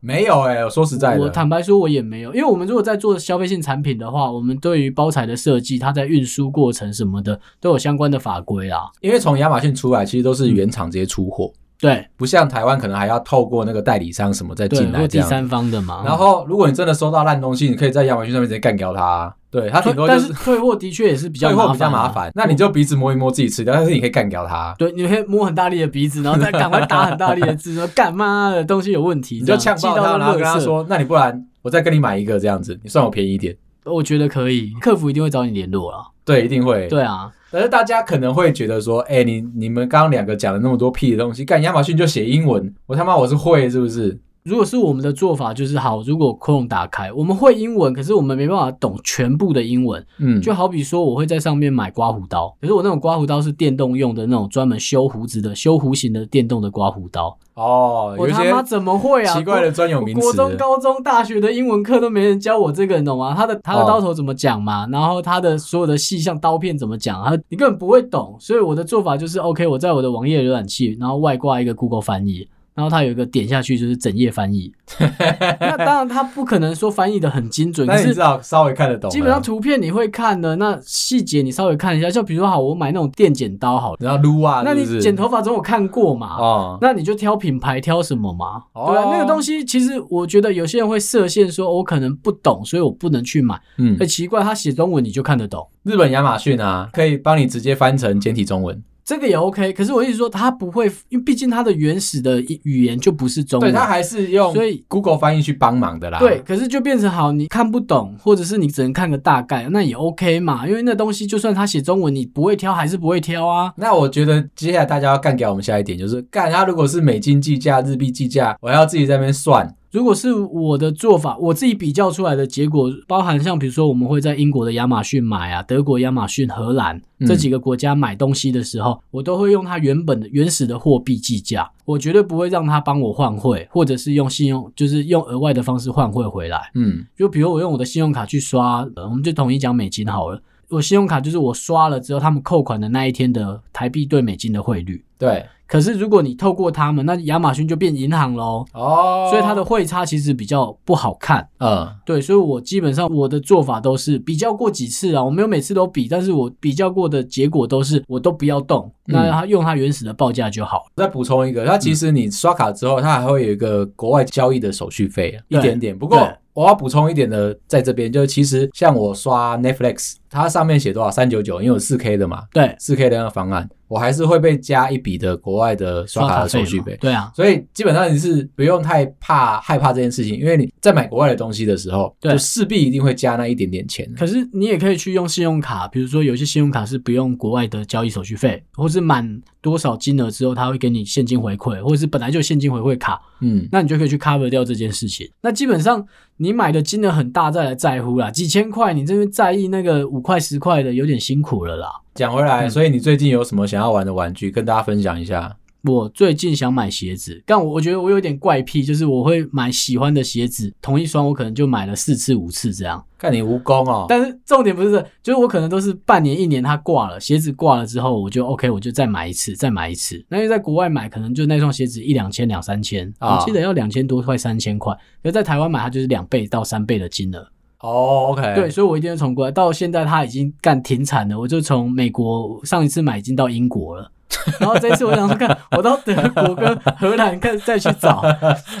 [SPEAKER 1] 没有哎，我说实在
[SPEAKER 2] 我
[SPEAKER 1] 的，
[SPEAKER 2] 坦白说，我也没有，因为我们如果在做消费性产品的话，我们对于包材的设计，它在运输过程什么的都有相关的法规啊啦。
[SPEAKER 1] 因为从亚马逊出来，其实都
[SPEAKER 2] 嗯
[SPEAKER 1] 是原厂直接出货，
[SPEAKER 2] 对
[SPEAKER 1] 不像台湾可能还要透过那个代理商什么再
[SPEAKER 2] 对，
[SPEAKER 1] 进
[SPEAKER 2] 或
[SPEAKER 1] 来这
[SPEAKER 2] 第
[SPEAKER 1] 样。
[SPEAKER 2] 三方的嘛。
[SPEAKER 1] 然后，如果你真的收到烂东西，你可以在亚马逊上面直接干掉它啊。对，它
[SPEAKER 2] 退
[SPEAKER 1] 顶多就
[SPEAKER 2] 但
[SPEAKER 1] 是
[SPEAKER 2] 是退货的确也是比较
[SPEAKER 1] 退货
[SPEAKER 2] 麻
[SPEAKER 1] 比较
[SPEAKER 2] 烦
[SPEAKER 1] 麻
[SPEAKER 2] 啊。
[SPEAKER 1] 烦，那你就鼻子摸一摸自己吃掉，但是你可以干掉它，
[SPEAKER 2] 对，你可以摸很大力的鼻子，然后再赶快打很大力的 字，说干妈的东西有问题，
[SPEAKER 1] 你
[SPEAKER 2] 这
[SPEAKER 1] 就
[SPEAKER 2] 样
[SPEAKER 1] 呛
[SPEAKER 2] 寄
[SPEAKER 1] 爆
[SPEAKER 2] 啊到
[SPEAKER 1] 它，然后跟他
[SPEAKER 2] 垃圾，
[SPEAKER 1] 说：“那你不然我再跟你买一个这样子，你算我便宜一点。
[SPEAKER 2] 我觉得可以，客服一定会找你联络啦。”
[SPEAKER 1] 对，一定会。
[SPEAKER 2] 对啊，
[SPEAKER 1] 可是大家可能会觉得说，哎、你你们刚刚两个讲了那么多屁的东西，干亚马逊就写英文，我他妈我是会是不是？
[SPEAKER 2] 如果是我们的做法，就是好，如果 Chrome 打开，我们会英文，可是我们没办法懂全部的英文，
[SPEAKER 1] 嗯，
[SPEAKER 2] 就好比说，我会在上面买刮胡刀，可是我那种刮胡刀是电动用的那种专门修胡子的、修弧形的电动的刮胡刀。
[SPEAKER 1] 哦，有
[SPEAKER 2] 我
[SPEAKER 1] 一
[SPEAKER 2] 他
[SPEAKER 1] 些
[SPEAKER 2] 妈怎么会啊？
[SPEAKER 1] 奇怪的专有
[SPEAKER 2] 国。
[SPEAKER 1] 名
[SPEAKER 2] 国
[SPEAKER 1] 词。
[SPEAKER 2] 中、高中、大学的英文课都没人教我这个，你懂吗？他的他的
[SPEAKER 1] 哦
[SPEAKER 2] 刀头怎么讲嘛？然后他的所有的细项刀片怎么讲？他你根本不会懂。所以我的做法就是，OK，我在我的网页浏览器，然后外挂一个 Google 翻译，然后它有一个点下去就是整页 翻译。那当然，它不可能说翻译的很精准，可
[SPEAKER 1] 但你啊
[SPEAKER 2] 是
[SPEAKER 1] 至少稍微看得懂了。
[SPEAKER 2] 基本上图片你会看的，那细节你稍微看一下。就比如说，好，我买那种电剪刀好了，
[SPEAKER 1] 然后撸啊，
[SPEAKER 2] 那
[SPEAKER 1] 是不
[SPEAKER 2] 你
[SPEAKER 1] 是
[SPEAKER 2] 剪头发总有看过嘛？
[SPEAKER 1] 哦，
[SPEAKER 2] 那你就挑品牌，挑什么嘛？
[SPEAKER 1] 哦
[SPEAKER 2] 对啊，那个东西其实我觉得有些人会设限，说我可能不懂，所以我不能去买。
[SPEAKER 1] 嗯
[SPEAKER 2] 很、，奇怪，他写中文你就看得懂，
[SPEAKER 1] 日本亚马逊啊，可以帮你直接翻成简体中文。
[SPEAKER 2] 这个也 OK。可是我一直说他不会，因为毕竟他的原始的语言就不是中
[SPEAKER 1] 对，
[SPEAKER 2] 文。
[SPEAKER 1] 它还是用
[SPEAKER 2] 所以
[SPEAKER 1] Google 翻译去帮忙的啦。
[SPEAKER 2] 对，，可是就变成好，你看不懂，或者是你只能看个大概，那也 OK 嘛。因为那东西就算他写中文，你不会挑还是不会挑啊。
[SPEAKER 1] 那我觉得接下来大家要干掉我们下一点，就是干它如果是美金计价、日币计价，我还要自己在那边算。
[SPEAKER 2] 如果是我的做法，我自己比较出来的结果，包含像比如说我们会在英国的亚马逊买啊，德国亚马逊、荷兰
[SPEAKER 1] 嗯
[SPEAKER 2] 这几个国家买东西的时候，我都会用它原本的原始的货币计价，我绝对不会让它帮我换汇，或者是用信用，就是用额外的方式换汇回来。
[SPEAKER 1] 嗯，
[SPEAKER 2] 就比如我用我的信用卡去刷，呃我们就统一讲美金好了。我信用卡就是我刷了之后，他们扣款的那一天的台币对美金的汇率。
[SPEAKER 1] 对，
[SPEAKER 2] 可是如果你透过他们，那亚马逊就变银行喽。
[SPEAKER 1] 哦，
[SPEAKER 2] 所以它的汇差其实比较不好看。
[SPEAKER 1] 嗯，
[SPEAKER 2] 对，所以我基本上我的做法都是比较过几次啊，我没有每次都比，但是我比较过的结果都是我都不要动，
[SPEAKER 1] 嗯
[SPEAKER 2] 那它用它原始的报价就好。
[SPEAKER 1] 再补充一个，它其实你刷卡之后，它还会有一个国外交易的手续费，一
[SPEAKER 2] 对
[SPEAKER 1] 点点。不过
[SPEAKER 2] 对
[SPEAKER 1] 我要补充一点的，在这边就是，其实像我刷 Netflix，它上面写多少三九九，因为有四 K 的嘛，
[SPEAKER 2] 对，
[SPEAKER 1] 四 K 的那个方案，我还是会被加一笔的国外的刷卡的手续
[SPEAKER 2] 嘛
[SPEAKER 1] 费。
[SPEAKER 2] 对啊，
[SPEAKER 1] 所以基本上你是不用太怕害怕这件事情，因为你在买国外的东西的时候，
[SPEAKER 2] 对
[SPEAKER 1] 就势必一定会加那一点点钱。
[SPEAKER 2] 可是你也可以去用信用卡，比如说有些信用卡是不用国外的交易手续费，或是满多少金额之后，它会给你现金回馈，或者是本来就有现金回馈卡，
[SPEAKER 1] 嗯，
[SPEAKER 2] 那你就可以去 cover 掉这件事情。那基本上你买的金额很大，再来在乎啦，几千块你这边在意那个五块十块的，有点辛苦了啦。
[SPEAKER 1] 讲回来，
[SPEAKER 2] 嗯
[SPEAKER 1] 所以你最近有什么想要玩的玩具跟大家分享一下？
[SPEAKER 2] 我最近想买鞋子，但我我觉得我有点怪癖，就是我会买喜欢的鞋子，同一双我可能就买了四次五次这样。
[SPEAKER 1] 看你蜈蚣哦，
[SPEAKER 2] 但是重点不是这，就是我可能都是半年一年它挂了，鞋子挂了之后，我就 OK，我就再买一次，再买一次。那因为在国外买，可能就那双鞋子一两千两三千，
[SPEAKER 1] 啊
[SPEAKER 2] 我记得要两千多块三千块，可是在台湾买它就是两倍到三倍的金额。
[SPEAKER 1] 哦，OK，
[SPEAKER 2] 对，，所以我一定会从国外到现在，它已经干停产了。我就从美国上一次买已经到英国了，然后这一次我想说，看我到德国跟荷兰看再去找，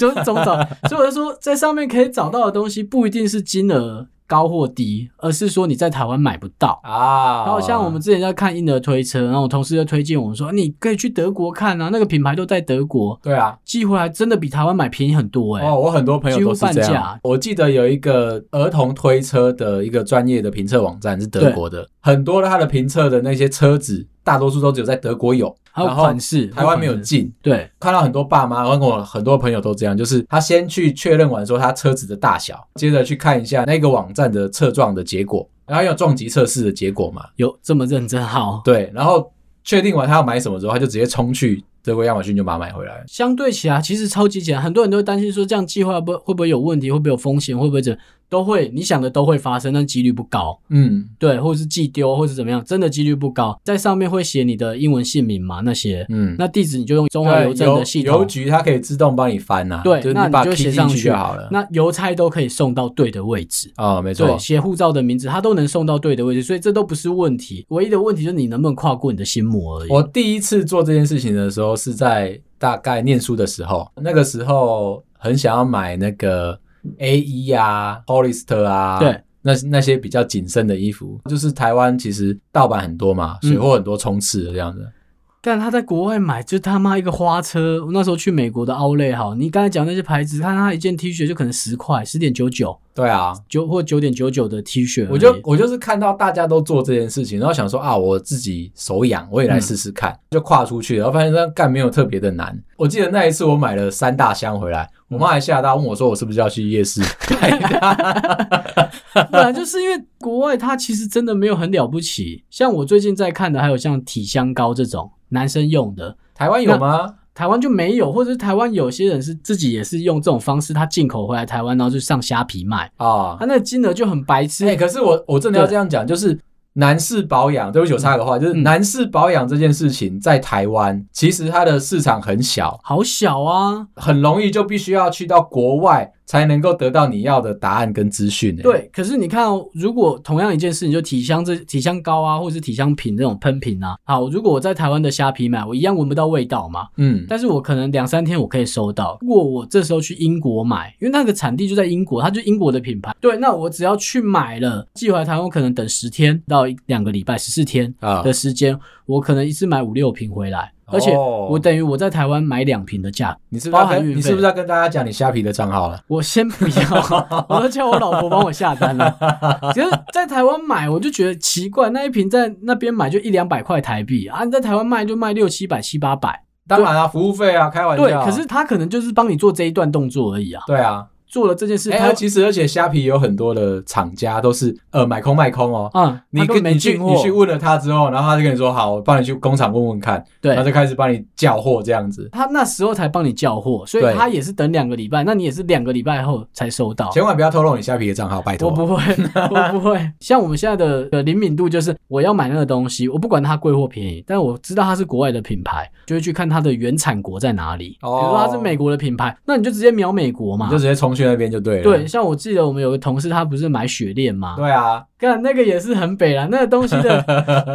[SPEAKER 2] 就是总找。所以我就说，在上面可以找到的东西不一定是金额高或低，而是说你在台湾买不到。
[SPEAKER 1] 啊，
[SPEAKER 2] 然后像我们之前在看婴儿推车，然后我同事就推荐我们说，你可以去德国看啊，那个品牌都在德国，
[SPEAKER 1] 对啊，
[SPEAKER 2] 寄回来真的比台湾买便宜很多哎、
[SPEAKER 1] 哦，我很多朋友都是这
[SPEAKER 2] 几乎半
[SPEAKER 1] 样
[SPEAKER 2] 价。
[SPEAKER 1] 我记得有一个儿童推车的一个专业的评测网站是德国的，很多它的评测的那些车子，大多数都只有在德国有，
[SPEAKER 2] 还有
[SPEAKER 1] 然后
[SPEAKER 2] 款式，
[SPEAKER 1] 台湾没有
[SPEAKER 2] 款式
[SPEAKER 1] 进。
[SPEAKER 2] 对，
[SPEAKER 1] 看到很多爸妈，包括我很多朋友都这样，就是他先去确认完说他车子的大小，接着去看一下那个网站的测撞的结果，然后要撞击测试的结果嘛，
[SPEAKER 2] 有这么认真好。
[SPEAKER 1] 对，然后确定完他要买什么之后，他就直接冲去德国亚马逊就把它买回来。
[SPEAKER 2] 相对起来，其实超级简单。很多人都会担心说，这样计划不会不会有问题，会不会有风险，会不会怎都会，你想的都会发生，但几率不高。
[SPEAKER 1] 嗯
[SPEAKER 2] 对，或者是寄丢，或者怎么样，真的几率不高。在上面会写你的英文姓名嘛那些，
[SPEAKER 1] 嗯，
[SPEAKER 2] 那地址你就用中华
[SPEAKER 1] 对
[SPEAKER 2] 邮政的系
[SPEAKER 1] 邮
[SPEAKER 2] 统，
[SPEAKER 1] 局它可以自动帮你翻呐、
[SPEAKER 2] 对
[SPEAKER 1] 就是
[SPEAKER 2] 那你
[SPEAKER 1] 把
[SPEAKER 2] 就
[SPEAKER 1] key
[SPEAKER 2] 写
[SPEAKER 1] 进
[SPEAKER 2] 上
[SPEAKER 1] 去
[SPEAKER 2] 去啊
[SPEAKER 1] 就好了。
[SPEAKER 2] 那邮差都可以送到对的位置。
[SPEAKER 1] 哦，没错
[SPEAKER 2] 对，，写护照的名字，它都能送到对的位置，所以这都不是问题。唯一的问题就是你能不能跨过你的心魔而已。
[SPEAKER 1] 我第一次做这件事情的时候是在大概念书的时候，那个时候很想要买那个 A 一啊、Hollister 啊，
[SPEAKER 2] 对，
[SPEAKER 1] 那那些比较紧身的衣服，就是台湾其实盗版很多嘛，
[SPEAKER 2] 嗯
[SPEAKER 1] 水货很多冲刺的这样子。
[SPEAKER 2] 但他在国外买就他妈一个花车。我那时候去美国的 Outlet 好，你刚才讲那些牌子，看他一件 T 恤就可能十块，十点九九
[SPEAKER 1] 对啊，
[SPEAKER 2] 九或九点九九的 T 恤而已。
[SPEAKER 1] 我就我就是看到大家都做这件事情，然后想说啊，我自己手痒，我也来试试看，
[SPEAKER 2] 嗯
[SPEAKER 1] 就跨出去，然后发现这样干没有特别的难。我记得那一次我买了三大箱回来，我妈还吓到问我说我是不是要去夜市买它？
[SPEAKER 2] 本来啊就是因为国外它其实真的没有很了不起。像我最近在看的，还有像体香膏这种男生用的，
[SPEAKER 1] 台湾有吗？
[SPEAKER 2] 台湾就没有，或者是台湾有些人是自己也是用这种方式，他进口回来台湾，然后就上虾皮卖，
[SPEAKER 1] 啊
[SPEAKER 2] 他，那个金额就很白痴。
[SPEAKER 1] 哎、可是我我真的要这样讲，就是男士保养，对不起，我插个话，就是
[SPEAKER 2] 嗯
[SPEAKER 1] 男士保养这件事情在台湾其实它的市场很小，
[SPEAKER 2] 好小啊！
[SPEAKER 1] 很容易就必须要去到国外才能够得到你要的答案跟资讯、欸。
[SPEAKER 2] 对，可是你看、哦，如果同样一件事情，就体香这体香膏啊，或者是体香品这种喷瓶啊，好，如果我在台湾的虾皮买，我一样闻不到味道嘛，
[SPEAKER 1] 嗯，
[SPEAKER 2] 但是我可能两三天我可以收到。如果我这时候去英国买，因为那个产地就在英国，它就是英国的品牌，对，那我只要去买了，寄回来台湾，我可能等十天到一两个礼拜，十四天
[SPEAKER 1] 啊
[SPEAKER 2] 的时间，我可能一次买五六瓶回来，而且
[SPEAKER 1] 哦
[SPEAKER 2] 我等于我在台湾买两瓶的价格。
[SPEAKER 1] 你是不是要
[SPEAKER 2] 包含
[SPEAKER 1] 跟
[SPEAKER 2] 运费
[SPEAKER 1] 你是不是要跟大家讲你虾皮的账号了？
[SPEAKER 2] 我先不 要，我都叫我老婆帮我下单了。其实，在台湾买，我就觉得奇怪，那一瓶在那边买就一两百块台币啊，你在台湾卖就卖六七百、七八百。
[SPEAKER 1] 当然啊，服务费啊，开玩
[SPEAKER 2] 对
[SPEAKER 1] 笑啊。，
[SPEAKER 2] 可是他可能就是帮你做这一段动作而已啊。
[SPEAKER 1] 对啊，
[SPEAKER 2] 做了这件事，
[SPEAKER 1] 哎、
[SPEAKER 2] 他
[SPEAKER 1] 其实而且虾皮有很多的厂家都是呃买空卖空哦。
[SPEAKER 2] 啊，
[SPEAKER 1] 你
[SPEAKER 2] 他根
[SPEAKER 1] 跟
[SPEAKER 2] 本没
[SPEAKER 1] 你去
[SPEAKER 2] 进
[SPEAKER 1] 你
[SPEAKER 2] 货
[SPEAKER 1] 去，问了他之后，然后他就跟你说好，我帮你去工厂问问看，然后
[SPEAKER 2] 对。
[SPEAKER 1] 就开始帮你叫货这样子。
[SPEAKER 2] 他那时候才帮你叫货，所
[SPEAKER 1] 对
[SPEAKER 2] 以他也是等两个礼拜，那你也是两个礼拜后才收到。
[SPEAKER 1] 千万不要透露你虾皮的账号，拜
[SPEAKER 2] 我
[SPEAKER 1] 托。
[SPEAKER 2] 不 会，我不会。像我们现在的呃灵敏度，就是我要买那个东西，我不管它贵或便宜，但我知道它是国外的品牌，就会去看它的原产国在哪里。
[SPEAKER 1] 哦
[SPEAKER 2] 比如说它是美国的品牌，那你就直接瞄美国
[SPEAKER 1] 你
[SPEAKER 2] 嘛
[SPEAKER 1] 就。直接冲去那边就对了。
[SPEAKER 2] 啊对，像我记得我们有个同事，他不是买雪链吗？
[SPEAKER 1] 对啊，
[SPEAKER 2] 干那个也是很北啦，那个东西 的，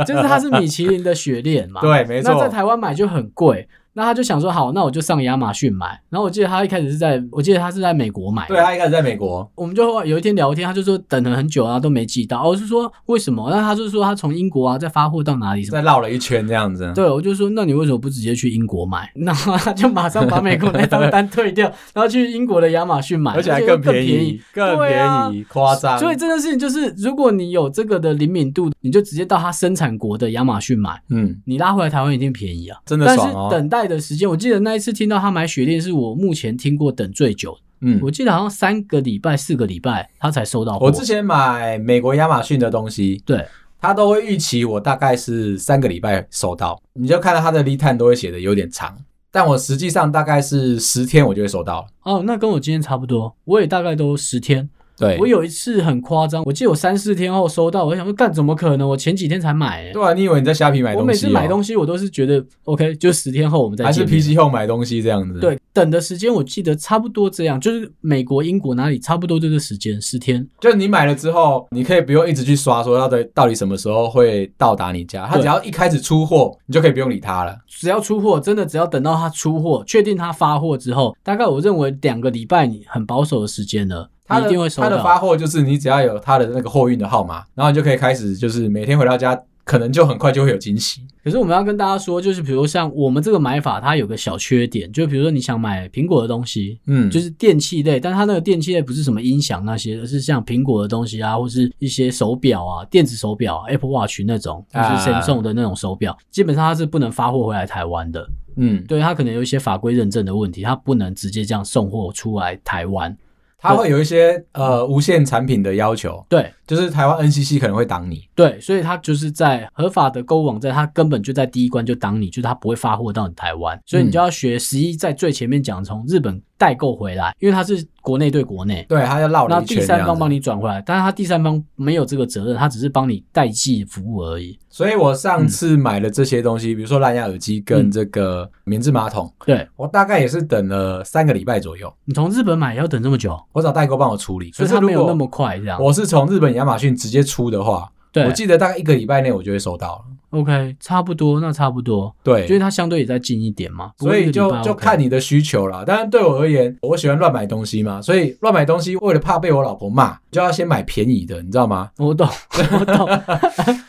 [SPEAKER 2] 就是它是米其林的雪链嘛。
[SPEAKER 1] 对，没
[SPEAKER 2] 啊那在
[SPEAKER 1] 错。
[SPEAKER 2] 台湾买就很贵，那他就想说好，那我就上亚马逊买。然后我记得他一开始是在，我记得他是在美国买的。
[SPEAKER 1] 对他一开始在美国，
[SPEAKER 2] 我们就有一天聊天，他就说等了很久啊都没寄到，哦我是说为什么？那他就说他从英国啊再发货到哪里什么。
[SPEAKER 1] 再绕了一圈这样子。
[SPEAKER 2] 对，我就说，那你为什么不直接去英国买？然后他就马上把美国那张单退掉，然后去英国的亚马逊买，
[SPEAKER 1] 而且还
[SPEAKER 2] 又
[SPEAKER 1] 更
[SPEAKER 2] 更
[SPEAKER 1] 便
[SPEAKER 2] 宜
[SPEAKER 1] 宜，，更
[SPEAKER 2] 对啊
[SPEAKER 1] 便宜，夸张。
[SPEAKER 2] 所以这件事情就是，如果你有这个的灵敏度，你就直接到它生产国的亚马逊买，
[SPEAKER 1] 嗯，
[SPEAKER 2] 你拉回来台湾一定便宜啊。
[SPEAKER 1] 真的
[SPEAKER 2] 但
[SPEAKER 1] 爽
[SPEAKER 2] 是
[SPEAKER 1] 哦。
[SPEAKER 2] 等待的时间，我记得那一次听到他买雪链，是我目前听过等最久的。
[SPEAKER 1] 嗯，
[SPEAKER 2] 我记得好像三个礼拜、四个礼拜他才收到货。
[SPEAKER 1] 我之前买美国亚马逊的东西，
[SPEAKER 2] 对，
[SPEAKER 1] 它都会预期我大概是三个礼拜收到，你就看到它的 lead time 都会写的有点长，但我实际上大概是十天我就会收到了。
[SPEAKER 2] 哦，那跟我今天差不多，我也大概都十天。
[SPEAKER 1] 对
[SPEAKER 2] 我有一次很夸张，我记得我三四天后收到，我就想说干怎么可能？我前几天才买、欸，
[SPEAKER 1] 对啊，你以为你在虾皮买东西、
[SPEAKER 2] 我
[SPEAKER 1] 哦？
[SPEAKER 2] 每次买东西我都是觉得 OK，就十天后我们再
[SPEAKER 1] 还是
[SPEAKER 2] 见面
[SPEAKER 1] PC 后买东西这样子？，
[SPEAKER 2] 对，等的时间我记得差不多这样，就是美国、英国哪里差不多就是时间十天，
[SPEAKER 1] 就是你买了之后，你可以不用一直去刷，说到底到底什么时候会到达你家。它
[SPEAKER 2] 对
[SPEAKER 1] 只要一开始出货，你就可以不用理它了。
[SPEAKER 2] 只要出货，真的只要等到它出货，确定它发货之后，大概我认为两个礼拜，你很保守的时间了，
[SPEAKER 1] 它
[SPEAKER 2] 你
[SPEAKER 1] 的
[SPEAKER 2] 一定会收
[SPEAKER 1] 它的发
[SPEAKER 2] 到。
[SPEAKER 1] 货就是你只要有它的那个货运的号码，然后你就可以开始，就是每天回到家，可能就很快就会有惊喜。
[SPEAKER 2] 可是我们要跟大家说，就是比如像我们这个买法，它有个小缺点，就比如说你想买苹果的东西，
[SPEAKER 1] 嗯，
[SPEAKER 2] 就是电器类，但它那个电器类不是什么音响那些，而是像苹果的东西啊，或是一些手表啊、电子手表、啊、Apple Watch 那种，或是
[SPEAKER 1] 啊
[SPEAKER 2] Samsung 的那种手表，基本上它是不能发货回来台湾的。
[SPEAKER 1] 嗯，
[SPEAKER 2] 对，它可能有一些法规认证的问题，它不能直接这样送货出来台湾。
[SPEAKER 1] 它会有一些呃无线产品的要求，
[SPEAKER 2] 对
[SPEAKER 1] 就是台湾 NCC 可能会挡你。
[SPEAKER 2] 对，所以它就是在合法的购物网站，它根本就在第一关就挡你，就是它不会发货到你台湾，所以你
[SPEAKER 1] 嗯
[SPEAKER 2] 就要学十一在最前面讲从日本代购回来，因为它是国内对国内。
[SPEAKER 1] 对，它就绕
[SPEAKER 2] 那
[SPEAKER 1] 了一圈
[SPEAKER 2] 第三方帮
[SPEAKER 1] 你。
[SPEAKER 2] 你转回来，但是他第三方没有这个责任，他只是帮你代寄服务而已。
[SPEAKER 1] 所以我上次买了这些东西，比如说蓝牙耳机
[SPEAKER 2] 嗯
[SPEAKER 1] 跟这个棉质马桶，
[SPEAKER 2] 对
[SPEAKER 1] 我大概也是等了三个礼拜左右，
[SPEAKER 2] 你从日本买要等这么久，
[SPEAKER 1] 我找代购帮我处理。
[SPEAKER 2] 所以
[SPEAKER 1] 可
[SPEAKER 2] 他
[SPEAKER 1] 是
[SPEAKER 2] 没
[SPEAKER 1] 如
[SPEAKER 2] 有
[SPEAKER 1] 果
[SPEAKER 2] 那么快这样。
[SPEAKER 1] 我是从日本亚马逊直接出的话，
[SPEAKER 2] 对，
[SPEAKER 1] 我记得大概一个礼拜内我就会收到了。
[SPEAKER 2] OK，差不多，那差不多，
[SPEAKER 1] 对，
[SPEAKER 2] 因为它相对也在近一点嘛，不
[SPEAKER 1] 所
[SPEAKER 2] 过一
[SPEAKER 1] 以
[SPEAKER 2] 个
[SPEAKER 1] 就
[SPEAKER 2] 礼拜
[SPEAKER 1] 就
[SPEAKER 2] OK
[SPEAKER 1] 看你的需求啦。当然对我而言，我喜欢乱买东西嘛，所以乱买东西为了怕被我老婆骂，就要先买便宜的，你知道吗？
[SPEAKER 2] 我懂， 我懂，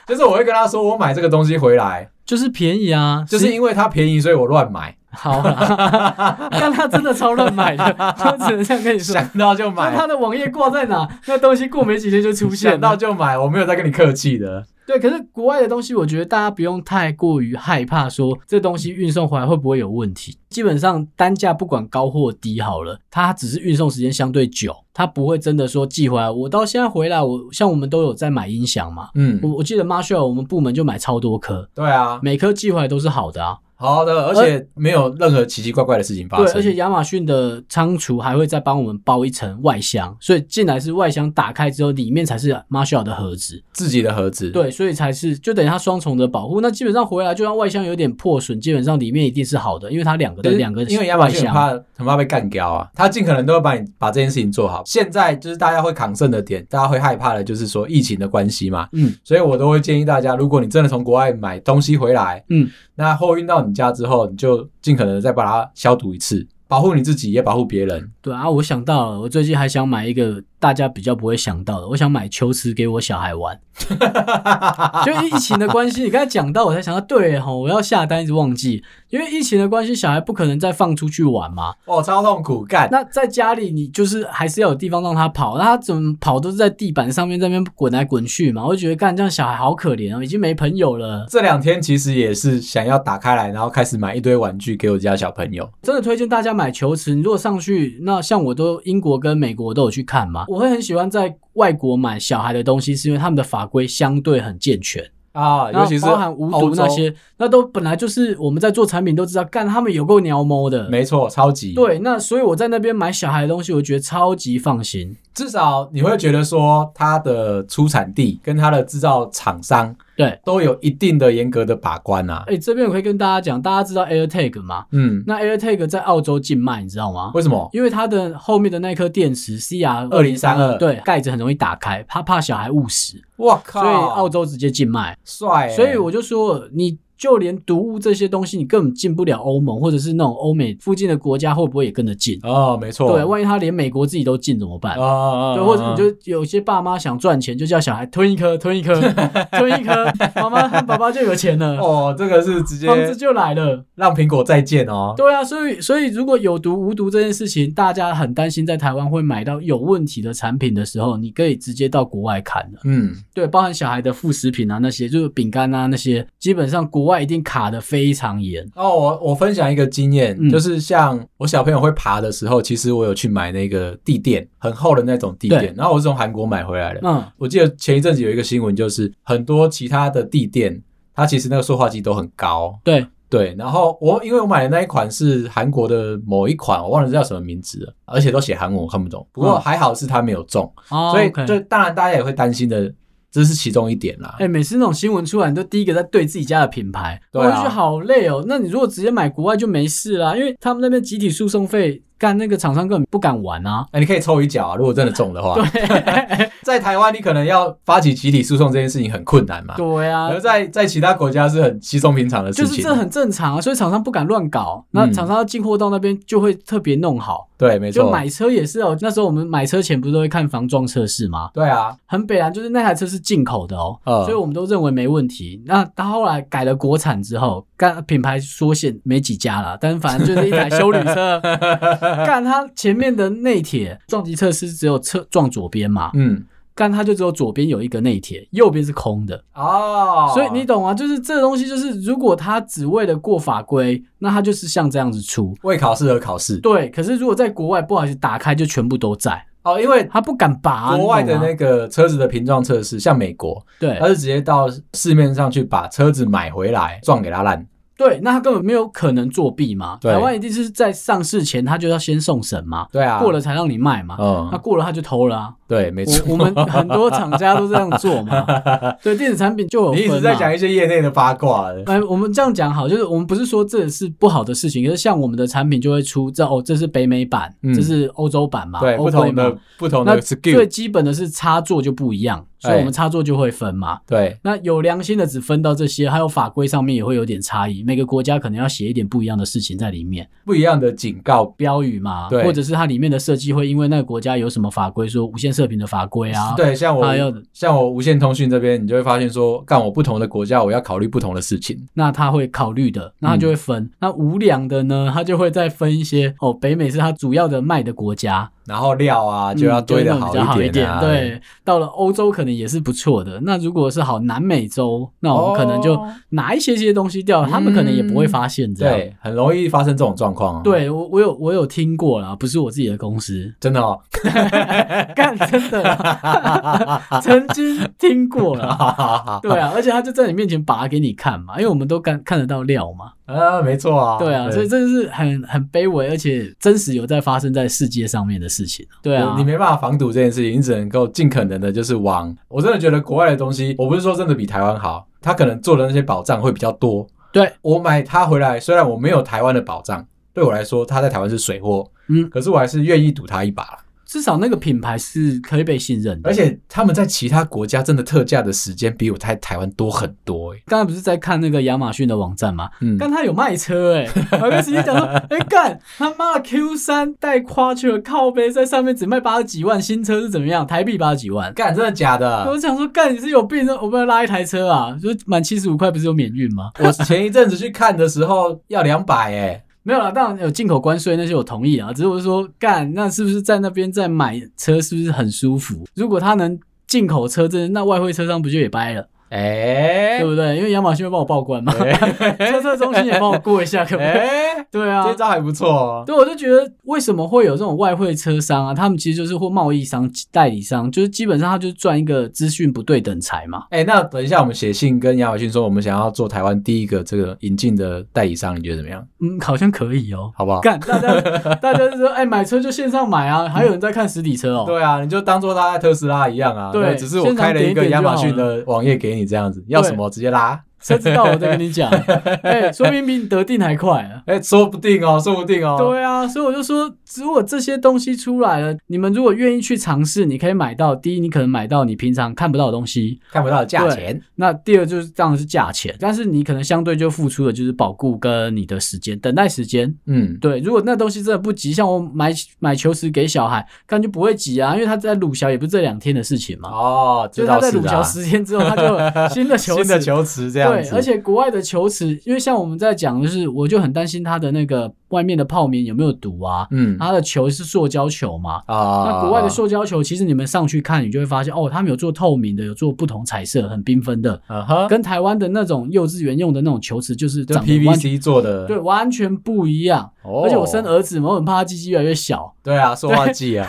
[SPEAKER 1] 就是我会跟她说，我买这个东西回来，
[SPEAKER 2] 就是便宜啊，
[SPEAKER 1] 就是因为它便宜，所以我乱买，
[SPEAKER 2] 好 啦，但他真的超乱买的，我只能这样跟你说。
[SPEAKER 1] 想到就
[SPEAKER 2] 那
[SPEAKER 1] 买
[SPEAKER 2] 他，的网页挂在哪？那东西过没几天就出现
[SPEAKER 1] 想到
[SPEAKER 2] 了。
[SPEAKER 1] 就买，我没有在跟你客气的。
[SPEAKER 2] 对，可是国外的东西，我觉得大家不用太过于害怕，说这东西运送回来会不会有问题。基本上单价不管高或低好了，它只是运送时间相对久，它不会真的说寄回来。我到现在回来，我像我们都有在买音响嘛，
[SPEAKER 1] 嗯
[SPEAKER 2] 我，我记得 Marshall 我们部门就买超多颗，
[SPEAKER 1] 对啊，
[SPEAKER 2] 每颗寄回来都是好的啊。
[SPEAKER 1] 好的，而且没有任何奇奇怪怪的事情发生。
[SPEAKER 2] 对，而且亚马逊的仓储还会再帮我们包一层外箱，所以进来是外箱，打开之后里面才是 Marshall 的盒子。
[SPEAKER 1] 自己的盒子，，
[SPEAKER 2] 对，所以才是就等于它双重的保护。那基本上回来，就算外箱有点破损，基本上里面一定是好的，因为它两个的两个
[SPEAKER 1] 因为亚马逊
[SPEAKER 2] 外
[SPEAKER 1] 很
[SPEAKER 2] 箱
[SPEAKER 1] 怕很怕被干掉啊，他尽可能都会把你把这件事情做好。现在就是大家会扛胜的点，大家会害怕的就是说疫情的关系嘛，
[SPEAKER 2] 嗯，
[SPEAKER 1] 所以我都会建议大家，如果你真的从国外买东西回来，
[SPEAKER 2] 嗯，
[SPEAKER 1] 那货运到你家之后，你就尽可能再把它消毒一次，保护你自己，也保护别人。
[SPEAKER 2] 对啊，我想到了，我最近还想买一个大家比较不会想到的，我想买球池给我小孩 玩。就因为疫情的关系，你刚才讲到，我才想到，对吼，我要下单一直忘记，因为疫情的关系，小孩不可能再放出去玩嘛。
[SPEAKER 1] 哦，超痛苦，干。
[SPEAKER 2] 那在家里，你就是还是要有地方让他跑，那他怎么跑都是在地板上面在那边滚来滚去嘛。我就觉得干这样小孩好可怜哦，已经没朋友了。
[SPEAKER 1] 这两天其实也是想要打开来，然后开始买一堆玩具给我家小朋友。
[SPEAKER 2] 真的推荐大家买球池。你如果上去，那像我都英国跟美国都有去看嘛，我会很喜欢在外国买小孩的东西，是因为他们的法规相对很健全，
[SPEAKER 1] 啊，
[SPEAKER 2] 然
[SPEAKER 1] 尤
[SPEAKER 2] 后
[SPEAKER 1] 其是
[SPEAKER 2] 包含无
[SPEAKER 1] 欧
[SPEAKER 2] 毒
[SPEAKER 1] 洲
[SPEAKER 2] 那，些，那都本来就是我们在做产品都知道，干他们有够鸟毛的。
[SPEAKER 1] 没错，超级。，
[SPEAKER 2] 对，那所以我在那边买小孩的东西，我觉得超级放心。
[SPEAKER 1] 至少你会觉得说它的出产地跟它的制造厂商
[SPEAKER 2] 对，
[SPEAKER 1] 都有一定的严格的把关啊。
[SPEAKER 2] 哎、这边我可以跟大家讲，大家知道 AirTag 吗？
[SPEAKER 1] 嗯，
[SPEAKER 2] 那 AirTag 在澳洲禁卖，你知道吗？
[SPEAKER 1] 为什么？
[SPEAKER 2] 因为它的后面的那颗电池 CR
[SPEAKER 1] 2032
[SPEAKER 2] 对，盖子很容易打开，他怕小孩误食，
[SPEAKER 1] 哇靠！
[SPEAKER 2] 所以澳洲直接禁卖。
[SPEAKER 1] 哦帅欸，
[SPEAKER 2] 所以我就说，你就连毒物这些东西，你根本进不了欧盟，或者是那种欧美附近的国家，会不会也跟着禁？
[SPEAKER 1] 哦，没错，
[SPEAKER 2] 对，万一他连美国自己都禁怎么办？
[SPEAKER 1] 啊啊，
[SPEAKER 2] 对，或者你就有些爸妈想赚钱，就叫小孩吞一颗，吞 一颗，吞一颗，妈妈和爸爸就有钱了，
[SPEAKER 1] 哦，这个是直接
[SPEAKER 2] 房子就来了。
[SPEAKER 1] 让苹果再见哦。
[SPEAKER 2] 对啊，所以所以如果有毒无毒这件事情，大家很担心在台湾会买到有问题的产品的时候，你可以直接到国外看的。
[SPEAKER 1] 嗯，
[SPEAKER 2] 对，包含小孩的副食品啊，那些就是饼干啊那些，基本上国外一定卡的非常严。
[SPEAKER 1] 哦，我我分享一个经验，
[SPEAKER 2] 嗯
[SPEAKER 1] 就是像我小朋友会爬的时候，其实我有去买那个地垫，很厚的那种地
[SPEAKER 2] 对
[SPEAKER 1] 垫，然后我是从韩国买回来的。
[SPEAKER 2] 嗯，
[SPEAKER 1] 我记得前一阵子有一个新闻，就是很多其他的地垫，它其实那个塑化剂都很高，
[SPEAKER 2] 对
[SPEAKER 1] 对，然后我因为我买的那一款是韩国的某一款，我忘了叫什么名字了，而且都写韩文，我看不懂。不过
[SPEAKER 2] 嗯
[SPEAKER 1] 还好是它没有中，
[SPEAKER 2] 哦
[SPEAKER 1] 所以
[SPEAKER 2] OK
[SPEAKER 1] 就当然大家也会担心的，这是其中一点 啦。
[SPEAKER 2] 哎、每次那种新闻出来，你都第一个在对自己家的品牌，
[SPEAKER 1] 对
[SPEAKER 2] 我
[SPEAKER 1] 啊
[SPEAKER 2] 就觉得好累哦。那你如果直接买国外就没事啦，因为他们那边集体诉讼费，干那个厂商根本不敢玩啊。
[SPEAKER 1] 哎、你可以抽一脚啊！如果真的中的话，
[SPEAKER 2] 对
[SPEAKER 1] 在台湾你可能要发起集体诉讼这件事情很困难嘛，
[SPEAKER 2] 对啊
[SPEAKER 1] 而，在在其他国家是很稀松平常的
[SPEAKER 2] 就
[SPEAKER 1] 事
[SPEAKER 2] 是
[SPEAKER 1] 情。
[SPEAKER 2] 这很正常啊，所以厂商不敢乱搞，那
[SPEAKER 1] 嗯
[SPEAKER 2] 厂商要进货到那边就会特别弄好。
[SPEAKER 1] 对，没
[SPEAKER 2] 就
[SPEAKER 1] 错，
[SPEAKER 2] 买车也是哦，那时候我们买车前不是都会看防撞测试吗？
[SPEAKER 1] 对啊，
[SPEAKER 2] 很北然，就是那台车是进口的哦，
[SPEAKER 1] 嗯
[SPEAKER 2] 所以我们都认为没问题。那他后来改了国产之后，干品牌缩限没几家了，但反正就是一台修旅车。 干它前面的内铁撞击测试只有车撞左边嘛，
[SPEAKER 1] 嗯，
[SPEAKER 2] 干它就只有左边有一个内铁，右边是空的。
[SPEAKER 1] 哦，
[SPEAKER 2] 所以你懂啊，就是这个东西，就是如果他只为了过法规，那他就是像这样子出。
[SPEAKER 1] 为考试而考试
[SPEAKER 2] 对，可是如果在国外不好意思打开，就全部都在，
[SPEAKER 1] 哦，因为
[SPEAKER 2] 他不敢拔啊、
[SPEAKER 1] 国外的
[SPEAKER 2] 你懂吗
[SPEAKER 1] 那个呃车子的瓶撞测试，像美国，
[SPEAKER 2] 对
[SPEAKER 1] 他是直接到市面上去把车子买回来撞给他烂。
[SPEAKER 2] 对，那他根本没有可能作弊嘛。
[SPEAKER 1] 对
[SPEAKER 2] 台湾一定是在上市前他就要先送审嘛，
[SPEAKER 1] 对啊，
[SPEAKER 2] 过了，才让你卖嘛。那
[SPEAKER 1] 嗯，
[SPEAKER 2] 过了他就偷了啊！
[SPEAKER 1] 对，没错。
[SPEAKER 2] 我我们很多厂家都这样做 嘛。对，电子产品就有分
[SPEAKER 1] 你
[SPEAKER 2] 嘛。
[SPEAKER 1] 一直在讲一些业内的八卦了，
[SPEAKER 2] 哎，我们这样讲好，就是我们不是说这是不好的事情，可是像我们的产品就会出这哦，这是北美版，
[SPEAKER 1] 嗯
[SPEAKER 2] 这是欧洲版嘛，
[SPEAKER 1] 对，
[SPEAKER 2] 欧
[SPEAKER 1] 不
[SPEAKER 2] 规
[SPEAKER 1] 同
[SPEAKER 2] 嘛
[SPEAKER 1] 的。不同
[SPEAKER 2] 那
[SPEAKER 1] 的
[SPEAKER 2] 最
[SPEAKER 1] skill，
[SPEAKER 2] 基本的是插座就不一样，所以
[SPEAKER 1] 哎
[SPEAKER 2] 我们插座就会分嘛。
[SPEAKER 1] 对，
[SPEAKER 2] 那有良心的只分到这些，还有法规上面也会有点差异，每个国家可能要写一点不一样的事情在里面，
[SPEAKER 1] 不一样的警告，
[SPEAKER 2] 标语嘛，
[SPEAKER 1] 对
[SPEAKER 2] 或者是它里面的设计会因为那个国家有什么法规，说无线射频的法规 啊，
[SPEAKER 1] 对，像我
[SPEAKER 2] 还有
[SPEAKER 1] 像我无线通讯这边，你就会发现说，干我不同的国家，我要考虑不同的事情。
[SPEAKER 2] 那他会考虑的，那他
[SPEAKER 1] 嗯
[SPEAKER 2] 就会分。那无良的呢，他就会再分一些哦，北美是他主要的卖的国家，
[SPEAKER 1] 然后料啊就要
[SPEAKER 2] 嗯就
[SPEAKER 1] 堆
[SPEAKER 2] 会
[SPEAKER 1] 的
[SPEAKER 2] 弄比较好
[SPEAKER 1] 一
[SPEAKER 2] 点。
[SPEAKER 1] 啊，，
[SPEAKER 2] 对，到了欧洲可能也是不错的。那如果是好南美洲，那我们可能就
[SPEAKER 1] 哦
[SPEAKER 2] 拿一些些东西掉，他们可能也不会发现这样。
[SPEAKER 1] 对，很容易发生这种状况、啊。，，
[SPEAKER 2] 对我我有我有听过啦，不是我自己的公司
[SPEAKER 1] 真的哦。
[SPEAKER 2] 干真的啦，曾经听过啦。 对啊，而且他就在你面前拔给你看嘛，因为我们都看看得到料嘛。
[SPEAKER 1] 啊，没错啊。
[SPEAKER 2] 对啊，所以这就是很很卑微，而且真实有在发生在世界上面的事情。对啊，
[SPEAKER 1] 你没办法防堵这件事情，你只能够尽可能的，就是往我真的觉得国外的东西，我不是说真的比台湾好，他可能做的那些保障会比较多。
[SPEAKER 2] 对
[SPEAKER 1] 我买它回来，虽然我没有台湾的保障，对我来说，它在台湾是水货，
[SPEAKER 2] 嗯
[SPEAKER 1] 可是我还是愿意赌它一把啦。
[SPEAKER 2] 至少那个品牌是可以被信任的。
[SPEAKER 1] 而且他们在其他国家真的特价的时间比我在台湾多很多、欸，
[SPEAKER 2] 刚才不是在看那个亚马逊的网站吗？
[SPEAKER 1] 嗯，
[SPEAKER 2] 但他有卖车 哎、欸，我跟司机讲说，哎、干他妈的 Q 三带 Quattro 靠背在上面只卖八十几万，新车是怎么样？台币八十几万。
[SPEAKER 1] 干真的假的？
[SPEAKER 2] 我想说，干你是有病，我们要拉一台车啊！就满七十五块不是有免运吗？
[SPEAKER 1] 我前一阵子去看的时候要两百 哎，
[SPEAKER 2] 没有啦，当然有进口关税那些我同意啊，只是我是说，干那是不是在那边再买车是不是很舒服？如果他能进口车，真的那外汇车商不就也掰了，
[SPEAKER 1] 哎
[SPEAKER 2] 对不对？因为亚马逊会帮我报关嘛，
[SPEAKER 1] 哎
[SPEAKER 2] 车测中心也帮我过一下，可不可以？
[SPEAKER 1] 哎，
[SPEAKER 2] 对啊
[SPEAKER 1] 这，招还不错哦。
[SPEAKER 2] 对，我就觉得为什么会有这种外汇车商啊？他们其实就是或贸易商、代理商，就是基本上他就是赚一个资讯不对等财嘛。
[SPEAKER 1] 哎、那等一下我们写信跟亚马逊说，我们想要做台湾第一个这个引进的代理商，你觉得怎么样？
[SPEAKER 2] 嗯，好像可以哦。
[SPEAKER 1] 好不好？
[SPEAKER 2] 干，大家大家就说，哎，买车就线上买啊，还有人在看实体车哦。
[SPEAKER 1] 对啊，你就当做他在特斯拉一样啊，
[SPEAKER 2] 对
[SPEAKER 1] 那只是我开了一个亚马逊的网页给你这样子，要什么直接拉。
[SPEAKER 2] 车子到我再跟 你讲，哎、说明比你得定还快啊。
[SPEAKER 1] 哎、说不定哦， 说不定哦。
[SPEAKER 2] 对啊，所以我就说，如果这些东西出来了，你们如果愿意去尝试，你可以买到。第一，你可能买到你平常看不到的东西；
[SPEAKER 1] 看不到的价钱。
[SPEAKER 2] 那第二就是当然是价钱，但是你可能相对就付出的就是保固跟你的时间、等待时间。
[SPEAKER 1] 嗯，
[SPEAKER 2] 对，如果那东西真的不急，像我买买球池给小孩，看就不会急啊，因为他在鲁小也不是这两天的事情嘛，
[SPEAKER 1] 哦，
[SPEAKER 2] 就
[SPEAKER 1] 知
[SPEAKER 2] 是他
[SPEAKER 1] 道
[SPEAKER 2] 在
[SPEAKER 1] 是
[SPEAKER 2] 鲁
[SPEAKER 1] 啊
[SPEAKER 2] 小。十天之后，他 就有新的球池
[SPEAKER 1] 新的球池这样
[SPEAKER 2] 对，
[SPEAKER 1] 子，
[SPEAKER 2] 而且国外的球池，因为像我们在讲，就是我就很担心它的那个外面的泡棉有没有毒啊？
[SPEAKER 1] 嗯
[SPEAKER 2] 它的球是塑胶球嘛？
[SPEAKER 1] 啊
[SPEAKER 2] 那国外的塑胶球，其实你们上去看，你就会发现哦，他们有做透明的，有做不同彩色，很缤纷的，
[SPEAKER 1] 啊哈，
[SPEAKER 2] 跟台湾的那种幼稚园用的那种球池就是
[SPEAKER 1] 就
[SPEAKER 2] 长得完全
[SPEAKER 1] PVC 做的，
[SPEAKER 2] 对，完全不一样。
[SPEAKER 1] 哦
[SPEAKER 2] 而且我生儿子嘛，我很怕他鸡鸡越来越小，
[SPEAKER 1] 对啊，塑化剂 啊，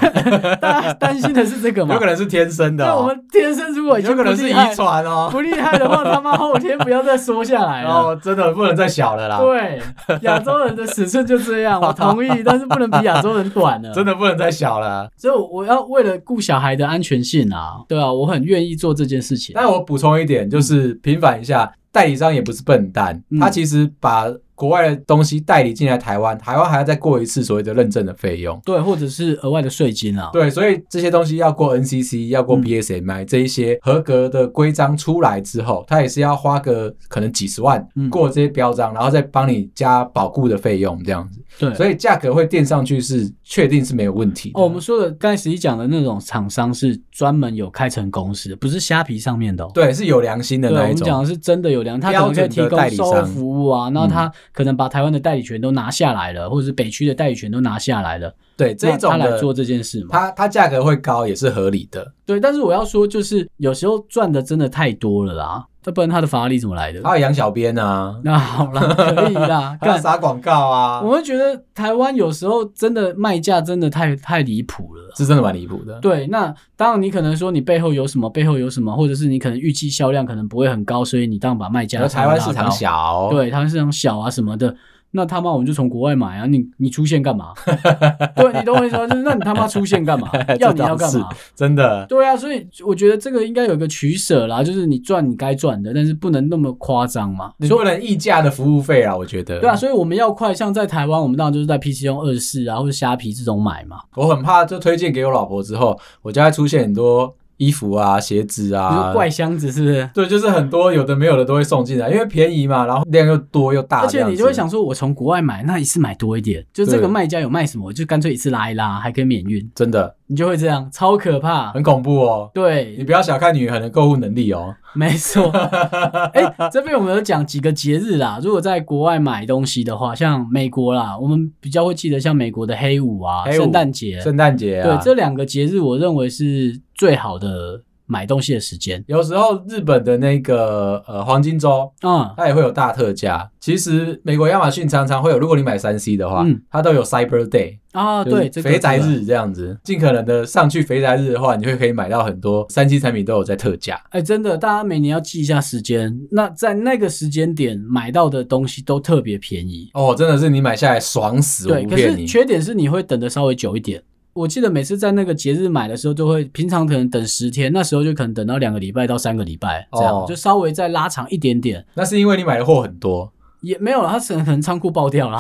[SPEAKER 2] 大家担心的是这个嘛
[SPEAKER 1] 有可？能是天生的
[SPEAKER 2] 那
[SPEAKER 1] 哦，
[SPEAKER 2] 我们天生如果已经
[SPEAKER 1] 有可能是
[SPEAKER 2] 不厉
[SPEAKER 1] 遗
[SPEAKER 2] 害
[SPEAKER 1] 传哦，
[SPEAKER 2] 不厉害的话，他妈后天不要再缩下来了。
[SPEAKER 1] 哦，真的不能再小了啦，
[SPEAKER 2] 对，亚洲人的尺寸就这样，我同意，但是不能比亚洲人短 了。
[SPEAKER 1] 真的不能再小了。
[SPEAKER 2] 所以我要为了顾小孩的安全性啊，对啊，我很愿意做这件事情。
[SPEAKER 1] 但我补充一点，就是平反一下，代理商也不是笨蛋，
[SPEAKER 2] 嗯
[SPEAKER 1] 他其实把国外的东西代理进来台湾，台湾还要再过一次所谓的认证的费用。
[SPEAKER 2] 对，或者是额外的税金啊。
[SPEAKER 1] 对，所以这些东西要过 NCC，要过
[SPEAKER 2] 嗯
[SPEAKER 1] BSMI、这一些合格的规章出来之后，它也是要花个可能几十万
[SPEAKER 2] 嗯
[SPEAKER 1] 过这些标章，然后再帮你加保固的费用这样子，
[SPEAKER 2] 对
[SPEAKER 1] 所以价格会垫上去是确定是没有问题的。
[SPEAKER 2] 哦，我们说的刚才十一讲的那种厂商是专门有开成公司，不是虾皮上面的、哦。
[SPEAKER 1] 对是有良心的
[SPEAKER 2] 对，啊我
[SPEAKER 1] 那一
[SPEAKER 2] 们讲
[SPEAKER 1] 种，
[SPEAKER 2] 的是真的有良，他可
[SPEAKER 1] 标
[SPEAKER 2] 能可以
[SPEAKER 1] 准
[SPEAKER 2] 提
[SPEAKER 1] 的代
[SPEAKER 2] 供
[SPEAKER 1] 理
[SPEAKER 2] 售后
[SPEAKER 1] 商
[SPEAKER 2] 服务啊，那他可能把台湾的代理权都拿下来了，或者是北区的代理权都拿下来了，
[SPEAKER 1] 对这
[SPEAKER 2] 那
[SPEAKER 1] 种
[SPEAKER 2] 他来
[SPEAKER 1] 的
[SPEAKER 2] 做这件事嘛。
[SPEAKER 1] 它它价格会高也是合理的。
[SPEAKER 2] 对，但是我要说，就是有时候赚的真的太多了啦，要不然他的法拉利怎么来的？
[SPEAKER 1] 还有养小编啊，
[SPEAKER 2] 那好啦，可以 啦，
[SPEAKER 1] 还有
[SPEAKER 2] 干。
[SPEAKER 1] 撒广告啊
[SPEAKER 2] 我，会觉得台湾有时候真的卖价真的太太离谱了。
[SPEAKER 1] 是真的蛮离谱的。
[SPEAKER 2] 对，那当然你可能说你背后有什么，背后有什么，或者是你可能预计销量可能不会很高，所以你当然把卖价
[SPEAKER 1] 然后台湾市
[SPEAKER 2] 拉
[SPEAKER 1] 场
[SPEAKER 2] 高，
[SPEAKER 1] 小，，？
[SPEAKER 2] 对，台湾市场小啊什么的。那他妈我们就从国外买啊！你你出现干嘛？ 对你懂我意思吗？就是那你他妈出现干嘛 要你要干嘛？
[SPEAKER 1] 真的。
[SPEAKER 2] 对啊，所以我觉得这个应该有个取舍啦，就是你赚你该赚的，但是不能那么夸张嘛。
[SPEAKER 1] 你不能溢价的服务费啊，我觉得。
[SPEAKER 2] 对啊，，所以我们要快，像在台湾，我们当然就是在 PC 用二四啊，或者虾皮这种买嘛。
[SPEAKER 1] 我很怕，就推荐给我老婆之后，我家会出现很多衣服啊、鞋子
[SPEAKER 2] 比如说
[SPEAKER 1] 啊，
[SPEAKER 2] 怪箱子是不是？
[SPEAKER 1] 对，就是很多有的没有的都会送进来，因为便宜嘛，然后量又多又大
[SPEAKER 2] 而
[SPEAKER 1] 这
[SPEAKER 2] 且
[SPEAKER 1] 样子，
[SPEAKER 2] 你就会想说，我从国外买，那一次买多一点，就这
[SPEAKER 1] 对
[SPEAKER 2] 个卖家有卖什么，我就干脆一次拉一拉，还可以免运，
[SPEAKER 1] 真的
[SPEAKER 2] 你就会这样，超可怕。
[SPEAKER 1] 很恐怖哦。你
[SPEAKER 2] 对，
[SPEAKER 1] 不要小看女人的购物能力哦。
[SPEAKER 2] 没错。哎、这边我们有讲几个节日啦。如果在国外买东西的话，像美国啦，我们比较会记得像美国的黑五啊、
[SPEAKER 1] 黑五
[SPEAKER 2] 圣诞节，
[SPEAKER 1] 圣诞节啊，
[SPEAKER 2] 对这两个节日，我认为是最好的买东西的时间。
[SPEAKER 1] 有时候日本的那个呃黄金周，
[SPEAKER 2] 嗯，
[SPEAKER 1] 它也会有大特价。其实美国亚马逊常常会有，如果你买三 C 的话，
[SPEAKER 2] 嗯
[SPEAKER 1] 它都有 Cyber Day，、
[SPEAKER 2] 啊，
[SPEAKER 1] 就是
[SPEAKER 2] 对，这个
[SPEAKER 1] 肥宅
[SPEAKER 2] 这个
[SPEAKER 1] 日这样子。尽可能的上去肥宅日的话，你就可以买到很多三 C 产品都有在特价。
[SPEAKER 2] 哎、真的，大家每年要记一下时间。那在那个时间点买到的东西都特别便宜，
[SPEAKER 1] 哦，真的是你买下来爽死，我
[SPEAKER 2] 对。
[SPEAKER 1] 不
[SPEAKER 2] 可
[SPEAKER 1] 骗
[SPEAKER 2] 是
[SPEAKER 1] 你。
[SPEAKER 2] 缺点是你会等的稍微久一点。我记得每次在那个节日买的时候，就会平常可能等十天，那时候就可能等到两个礼拜到三个礼拜这样，
[SPEAKER 1] 哦
[SPEAKER 2] 就稍微再拉长一点点。
[SPEAKER 1] 那是因为你买的货很多，
[SPEAKER 2] 也没有了，他可能可能仓库爆 掉了，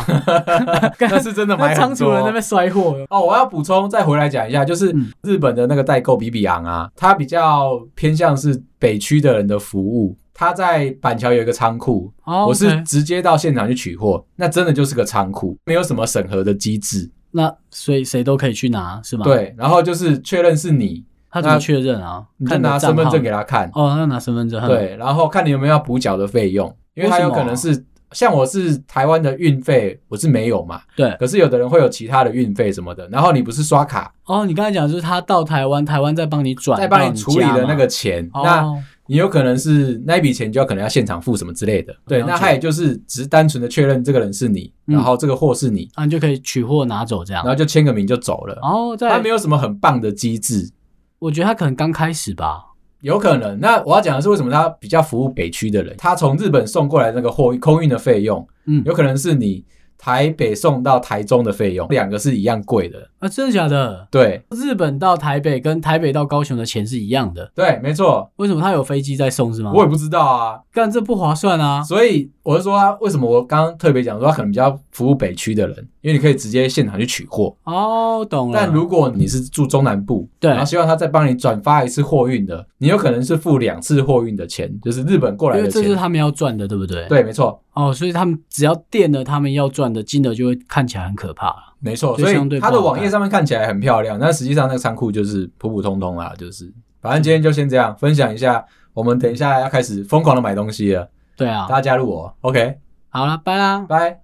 [SPEAKER 2] 干
[SPEAKER 1] 那是真的
[SPEAKER 2] 那
[SPEAKER 1] 买
[SPEAKER 2] 仓
[SPEAKER 1] 很
[SPEAKER 2] 储人在那
[SPEAKER 1] 多。
[SPEAKER 2] 边摔货。
[SPEAKER 1] 哦，我要补充，再回来讲一下，就是
[SPEAKER 2] 嗯
[SPEAKER 1] 日本的那个代购比比昂啊，它比较偏向是北区的人的服务。它在板桥有一个仓库，
[SPEAKER 2] 哦，
[SPEAKER 1] 我
[SPEAKER 2] OK
[SPEAKER 1] 是直接到现场去取货，那真的就是个仓库，没有什么审核的机制。
[SPEAKER 2] 那所以谁都可以去拿是吗？，
[SPEAKER 1] 对，然后就是确认是你，
[SPEAKER 2] 他怎么
[SPEAKER 1] 那
[SPEAKER 2] 确认啊？
[SPEAKER 1] 你就
[SPEAKER 2] 看你的
[SPEAKER 1] 拿
[SPEAKER 2] 账
[SPEAKER 1] 身份
[SPEAKER 2] 号
[SPEAKER 1] 证给他看，
[SPEAKER 2] 哦，那拿身份证。，
[SPEAKER 1] 对，然后看你有没有要补缴的费用，因为他有可能是像我是台湾的运费，我是没有嘛，
[SPEAKER 2] 对
[SPEAKER 1] 可是有的人会有其他的运费什么的，然后你不是刷卡
[SPEAKER 2] 哦，你刚才讲就是他到台湾，台湾再帮你转，
[SPEAKER 1] 再帮你处理的那个。钱，那
[SPEAKER 2] 哦，
[SPEAKER 1] 你有可能是那一笔钱就要可能要现场付什么之类的，对，
[SPEAKER 2] 了解
[SPEAKER 1] 那他也就是只是单纯的确认这个人是你，
[SPEAKER 2] 嗯
[SPEAKER 1] 然后这个货是你，
[SPEAKER 2] 那你就可以取货拿走这样
[SPEAKER 1] 然。后就签个名就走了。
[SPEAKER 2] 然后
[SPEAKER 1] 它
[SPEAKER 2] 再
[SPEAKER 1] 没，有什么很棒的机制，
[SPEAKER 2] 我觉得他可能刚开始吧。
[SPEAKER 1] 有可能。那我要讲的是，为什么它比较服务北区的人？它从日本送过来的那个货空运的费用，
[SPEAKER 2] 嗯，
[SPEAKER 1] 有可能是你台北送到台中的费用，两个是一样贵的。
[SPEAKER 2] 啊，真的假的？
[SPEAKER 1] 对
[SPEAKER 2] 日本到台北跟台北到高雄的钱是一样的，
[SPEAKER 1] 对，没错，
[SPEAKER 2] 为什么他有飞机在送是吗？
[SPEAKER 1] 我也不知道啊。
[SPEAKER 2] 干这不划算啊！
[SPEAKER 1] 所以我就说啊，为什么我刚刚特别讲说，它可能比较服务北区的人，因为你可以直接现场去取货。
[SPEAKER 2] 哦，懂了。
[SPEAKER 1] 但如果你是住中南部，
[SPEAKER 2] 对
[SPEAKER 1] 然后希望他再帮你转发一次货运的，你有可能是付两次货运的钱，就是日本过来
[SPEAKER 2] 因为
[SPEAKER 1] 的
[SPEAKER 2] 这
[SPEAKER 1] 钱
[SPEAKER 2] 是。他们要赚的，对不对？。
[SPEAKER 1] 对，没错，
[SPEAKER 2] 哦，所以他们只要垫了他们要赚的金额，就会看起来很可怕了。
[SPEAKER 1] 没错，
[SPEAKER 2] 所以
[SPEAKER 1] 所
[SPEAKER 2] 相对
[SPEAKER 1] 以
[SPEAKER 2] 不
[SPEAKER 1] 它的
[SPEAKER 2] 好
[SPEAKER 1] 网页
[SPEAKER 2] 看
[SPEAKER 1] 上面看起来很漂亮，但实际上那个仓库就是普普通通啦，就是反正今天就先这样分享一下，我们等一下要开始疯狂的买东西了，
[SPEAKER 2] 对啊
[SPEAKER 1] 大。家加入我，OK，
[SPEAKER 2] 好了，拜啦。
[SPEAKER 1] 拜。